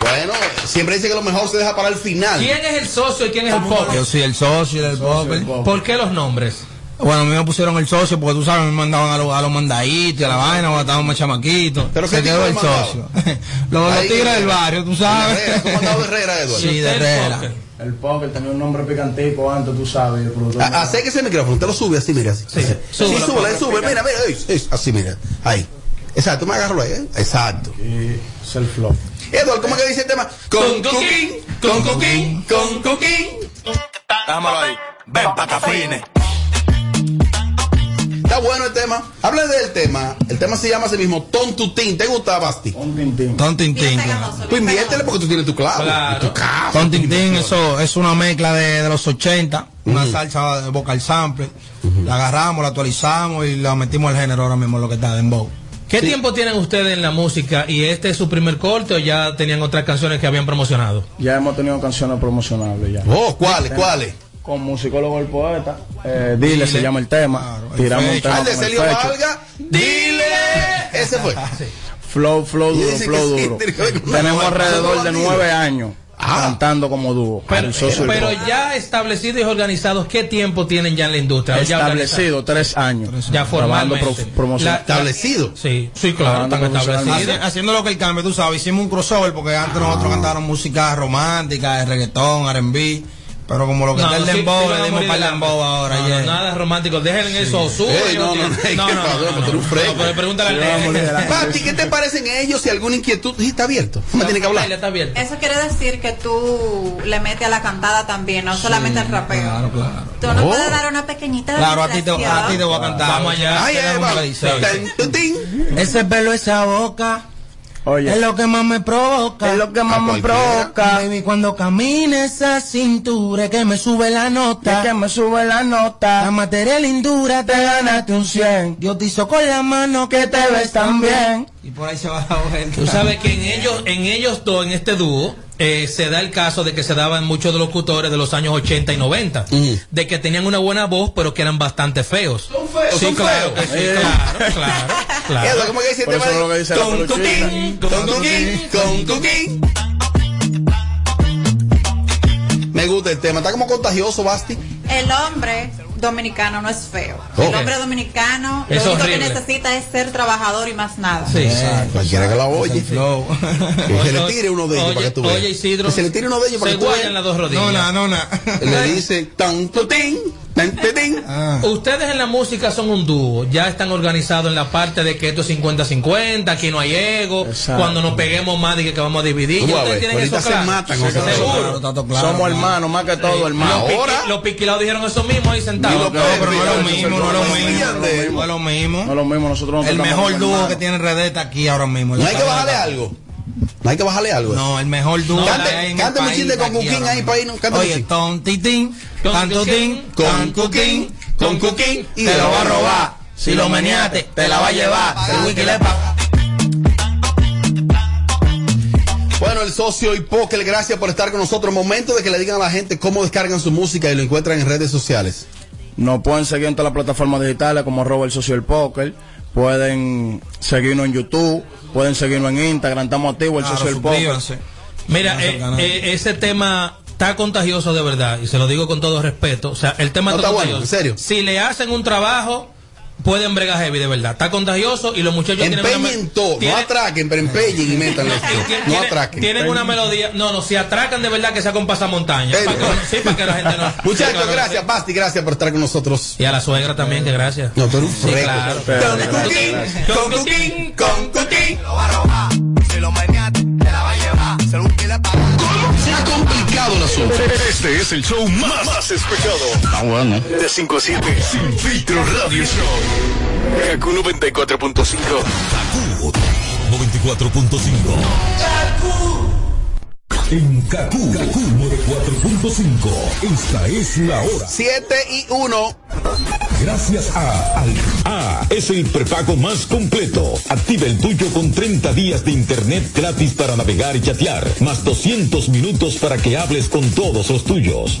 S2: Bueno, siempre dice que lo mejor se deja para el final.
S3: ¿Quién es el socio y quién es el pobre?
S10: Yo soy el socio del Popper.
S3: ¿Por qué los nombres?
S10: Bueno, a mí me pusieron el socio porque tú sabes, me mandaban a los, a los mandaditos, y a la vaina, cuando estábamos más chamaquitos. ¿Pero qué Se tipo quedó de el mandado? socio. <laughs> los los Ahí, tigres del Herrera. barrio, tú sabes. Herrera, ¿cómo andaba
S2: Herrera,
S10: Eduardo? Sí, de Herrera.
S34: El póker tenía un nombre picantico antes, tú sabes. El productor
S2: A- Acérquese el micrófono, usted lo sube así, mira, así. Sí, sí,
S34: Súbelo,
S2: súbelo,
S34: póngalo.
S2: sube, mira, mira, ey, ey, así, mira. Ahí. Exacto, me agarro ahí, ¿eh? Exacto.
S34: es el flow.
S2: Eduardo, ¿cómo es que dice el tema? Con cuquín, con cuquín, con cuquín.
S33: Dámelo ahí. Ven, patafines.
S2: Está bueno el tema. Hable del tema. El tema se llama así mismo Tontutín. ¿Te gusta, Basti? Tontintín.
S10: Tontintín.
S2: Pues inviértele porque tú tienes tu clavo. Tu clavo.
S10: Tontintín, eso es una mezcla de, de los 80, una salsa de vocal sample. La agarramos, la actualizamos y la metimos al género ahora mismo, lo que está en Bow.
S3: ¿Qué tiempo tienen ustedes en la música? ¿Y este es su primer corte o ya tenían otras canciones que habían promocionado?
S34: Ya hemos tenido canciones promocionables ya.
S2: Oh,
S3: ¿cuáles,
S34: Tema
S3: cuáles?
S34: Con musicólogo el poeta. Eh, dile,
S2: Dile.
S34: se llama el tema. Tiramos un tema
S2: Al
S34: con
S2: Ah, de
S34: el
S2: Celio
S34: pecho.
S2: Valga. Dile. Ese fue.
S34: Flow, flow
S2: Y
S34: duro,
S2: dice que
S34: flow
S2: sí,
S34: duro.
S10: <laughs>
S2: tiene que ver con una
S34: Tenemos
S2: banda,
S34: alrededor de
S2: bandido.
S34: nueve años.
S10: Ah.
S35: cantando como dúo.
S3: Pero,
S35: el socio y el
S3: pero
S35: rock.
S3: ya establecidos y organizados, ¿qué tiempo tienen ya en la industria? Ya
S35: establecido tres años.
S3: Ya
S35: Trabajando
S3: formalmente.
S35: pro- promoción.
S3: La-
S2: ¿Establecido?
S3: Sí, sí, claro,
S35: Trabajando
S3: están
S35: promocionalmente.
S3: establecidos.
S10: Haci- haciendo lo que el cambio, tú sabes, hicimos un crossover porque antes nosotros cantábamos música romántica, de reggaetón, R&B, pero como lo que
S3: No,
S10: está el
S3: sí,
S10: dembow,
S3: sí, van a
S10: le dimos
S3: morir
S10: para el
S3: de
S10: dembow
S3: hambre.
S10: ahora.
S3: No, no,
S10: ayer.
S3: nada romántico, dejen eso, Ozuna,
S2: Ey, no, no, no,
S3: tiene- no, no, no, no, no, no, pero pregúntale al nene. <laughs>
S2: Pati, ¿qué te parecen ellos? Si alguna inquietud, sí, está abierto. No me tiene que hablar.
S3: Está abierto.
S1: Eso quiere decir que tú le metes a la cantada también, no solamente al rapeo.
S10: Claro, claro.
S1: Tú no
S10: Oh.
S1: puedes dar una pequeñita
S10: Claro, a ti te, a
S1: desgraciado.
S10: ti te voy a cantar. Vamos allá. Ay, ay, vamos. Ese pelo, esa boca.
S35: Oye.
S10: Es lo que más me provoca. Es lo que
S35: más A me cualquiera. provoca.
S10: Baby, cuando camina esa cintura es que me sube la nota. que me sube la nota. La materia lindura te ganaste un 100. Dios te hizo con la mano que te ves tan bien. Y por ahí se va la vuelta.
S3: Tú sabes que en ellos, en ellos dos, en este dúo, eh, se da el caso de que se daban muchos de los locutores de los años 80 y 90, de que tenían una buena voz, pero que eran bastante feos. Son
S2: feos,
S3: Sí,
S2: son
S3: claro,
S2: feos.
S3: que sí, claro, claro, claro.
S2: Eso, ¿cómo que dice el tema de- Con cuquín, con cuquín, con cuquín. Me gusta el tema. Está como contagioso, Basti.
S1: El hombre dominicano no es feo. El
S2: Oh.
S1: hombre dominicano
S2: Es
S1: lo único
S2: horrible.
S1: que necesita es ser trabajador y más nada.
S2: Exacto. Cualquiera que la oye. Que se le tire uno de ellos
S10: Oye,
S2: para que tú veas.
S10: oye, Isidro,
S2: Que se le tire uno de ellos para
S10: se
S2: que tú veas.
S10: guayan las dos rodillas. No, no, no, no.
S2: Le dice tan tutín, tan tutín.
S35: Ah.
S10: Ah.
S3: Ustedes en la música son un dúo, ya están organizados en la parte de que esto es 50-50, aquí no hay ego, cuando nos peguemos más de que, que vamos a dividir,
S35: Tú
S3: ya
S35: vas a
S3: ustedes
S35: ver,
S3: tienen
S35: ahorita
S3: eso
S35: se
S3: claro.
S35: matan con nosotros.
S3: Seguro.
S35: Claro, está todo claro, Somos hermano. hermanos, más que todo, hermano.
S3: Los piqui-
S35: Ahora.
S3: Los piquilados dijeron eso mismo ahí sentados.
S35: No, pero no es lo mismo, no es lo mismo, no es lo
S10: mismo.
S35: No es lo mismo, nosotros no
S10: El
S35: tratamos
S10: mejor
S35: como
S10: dúo
S35: hermanos.
S10: que tiene Redet está aquí ahora mismo.
S2: No hay que bajarle algo. No hay que bajarle algo.
S10: No, el mejor dúo.
S2: Cante-
S10: que hay en el
S2: cántame un
S10: país
S2: chiste con
S10: está aquí
S2: Cuquín
S10: ahora
S2: ahí,
S10: mismo.
S2: pa' irnos, cántame un
S10: Oye,
S2: chiste.
S10: ton titín,
S2: Con
S10: tan
S2: Cuquín,
S10: tutín,
S2: con
S10: tan cuquín, con cuquín,
S2: y
S10: te lo va a robar. Si lo meneaste, te la va a llevar. El wiki le pa-
S2: Bueno, el socio Hipokel, gracias por estar con nosotros. Momento de que le digan a la gente cómo descargan su música y lo encuentran en redes sociales.
S35: Nos pueden seguir en todas las plataformas digitales como Robert Socio el Poker. Pueden seguirnos en YouTube, pueden seguirnos en Instagram, estamos activos el
S10: Claro,
S35: Socio el Poker.
S10: suscríbanse.
S3: Mira, eh, eh, ese tema está contagioso de verdad, y se lo digo con todo respeto. O sea, el tema
S2: No, está bueno,
S3: contagioso.
S2: en serio.
S3: Si le hacen un trabajo, pueden bregar heavy de verdad. Está contagioso y los muchachos tienen
S2: Empeñen
S3: una-
S2: todo, no
S3: tienen-
S2: atraquen, pero empeñen y métanle. No atraquen.
S3: Tienen una melodía. No, no, si atracan de verdad que sea con pasamontaña. Para que, sí, para que la gente no.
S2: Muchachos,
S3: Sí, <laughs> claro,
S2: gracias, Basti, gracias por estar con nosotros.
S3: Y a la suegra también, que gracias.
S2: No, tú eres un
S3: Sí,
S2: freco.
S3: claro.
S2: Pero-
S18: Con cuquín, con cuquín. Lo va a robar. Se lo maniate, te la va a llevar. Se lo que le paga. ¿Cómo? Se ha complicado la
S32: Este es el show más, más escuchado.
S36: Ah, bueno.
S32: De 5 a 7. Sin filtro radio show. Kaku 94.5. Kaku
S11: 94.5 En Kaku, Kaku 4.5. Esta es la hora.
S2: 7 y 1.
S11: Gracias a Al. A es el prepago más completo. Activa el tuyo con 30 días de internet gratis para navegar y chatear, más 200 minutos para que hables con todos los tuyos.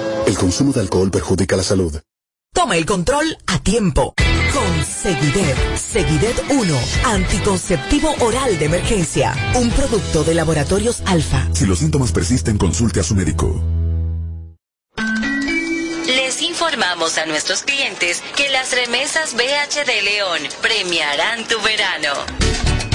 S37: El consumo de alcohol perjudica la salud.
S7: Toma el control a tiempo. Con Seguidet, Seguidet 1, anticonceptivo oral de emergencia, un producto de laboratorios alfa.
S5: Si los síntomas persisten, consulte a su médico.
S28: Les informamos a nuestros clientes que las remesas BH de León premiarán tu verano.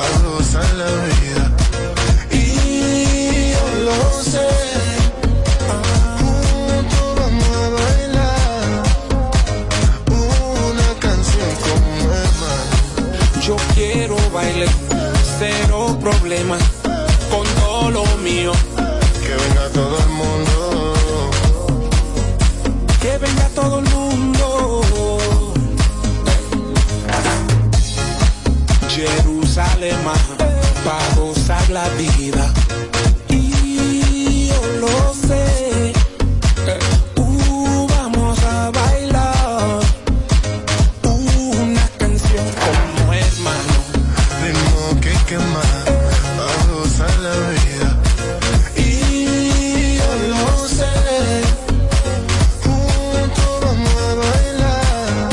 S27: a gozar la vida.
S18: Y yo lo sé,
S27: Juntos vamos a bailar una canción como hermano.
S18: yo quiero bailar, cero problema, con todo lo mío.
S27: Que venga todo el mundo.
S18: que venga todo el mundo. Jerusalén para gozar la vida. Y yo lo sé, uh, vamos a bailar una canción como hermano.
S27: Tengo que quemar a gozar la vida.
S18: Y yo lo sé.
S27: Juntos vamos a bailar.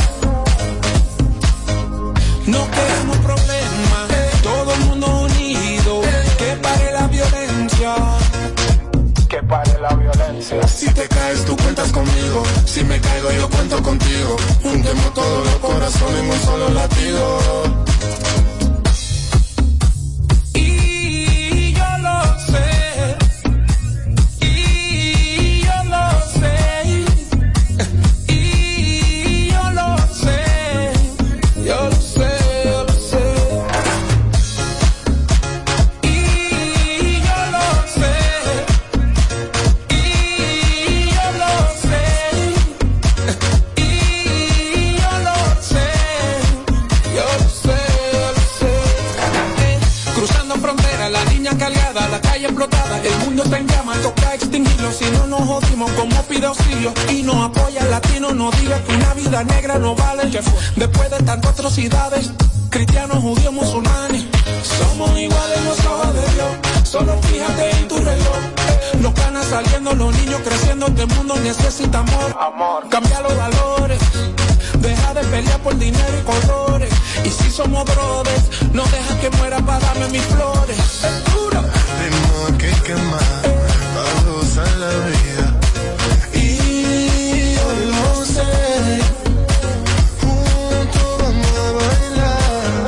S18: No queremos problemas, todo el mundo unido, que pare la violencia. Que pare la violencia.
S27: Si te caes, tú cuentas conmigo. Si me caigo, yo cuento contigo. Juntemos todos los corazones en un solo latido.
S18: Y yo lo sé, y yo lo sé, y yo lo sé, yo lo sé, yo lo sé, y yo lo sé, y yo lo <laughs> sé, y yo lo sé. Yo lo sé, yo lo sé. Eh, Cruzando fronteras, la niña cargada, la calle explotada, el mundo está en llamas, toca extinguirlo, si no nos jodimos como pide auxilio y nos apoya el latino, no diga que una vida negra no vale, que fue después de tantas atrocidades, cristianos, judíos, musulmanes, somos iguales los ojos de Dios, solo fíjate en tu reloj, eh, los canas saliendo, los niños creciendo, este mundo necesita amor, amor, cambia los valores. Deja de pelear por dinero y colores. Y si somos brothers, no dejas que muera para darme mis flores. Es duro.
S27: Tengo que quemar a gozar la vida.
S18: Y yo lo sé.
S27: Juntos vamos a bailar.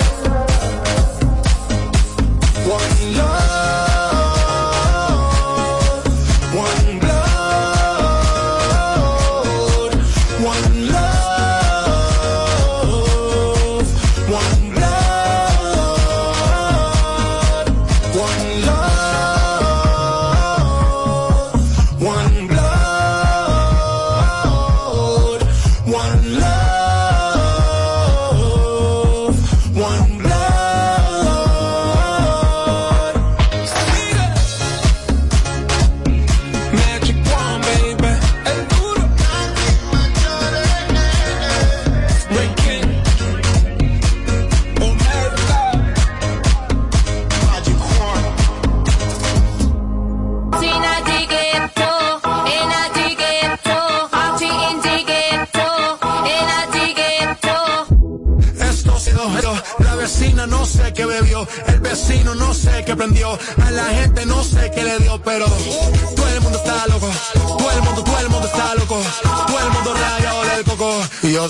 S18: One love, one blood, one love, one blood, one love, one blood, one love, one blood. Magic wand, baby. El duro. Breaking. On Magic wand. Estos y dos ceros. La vecina no sé qué bebió, el vecino no sé qué prendió, a la gente no sé qué le dio, pero todo el mundo está loco, todo el mundo, todo el mundo está loco, todo el mundo rayado del coco.
S27: Y yo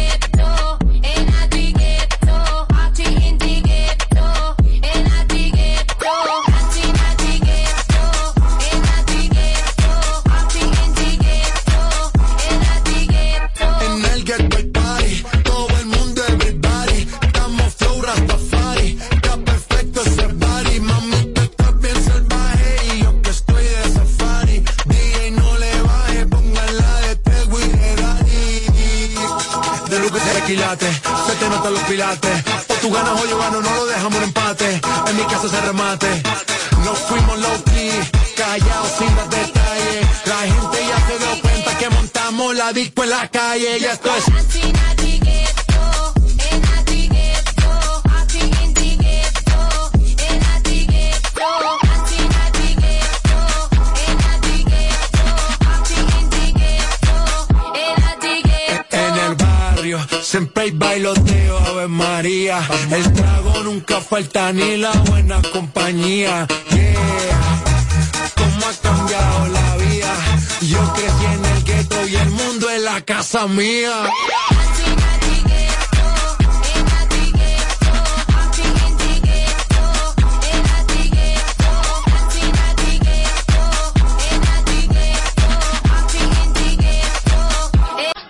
S10: que usted quilate, se te notan los pilates. O tú ganas o yo gano, no lo dejamos un empate. En mi casa se remate. Nos fuimos low key, callados sin dar detalles. La gente ya se dio cuenta que montamos la disco en la calle. Ya esto es. En el barrio siempre hay bailoteo, Ave María. El trago nunca falta ni la buena compañía. Yeah. ¿Cómo ha cambiado la vida? Yo crecí en el gueto y el mundo es la casa mía.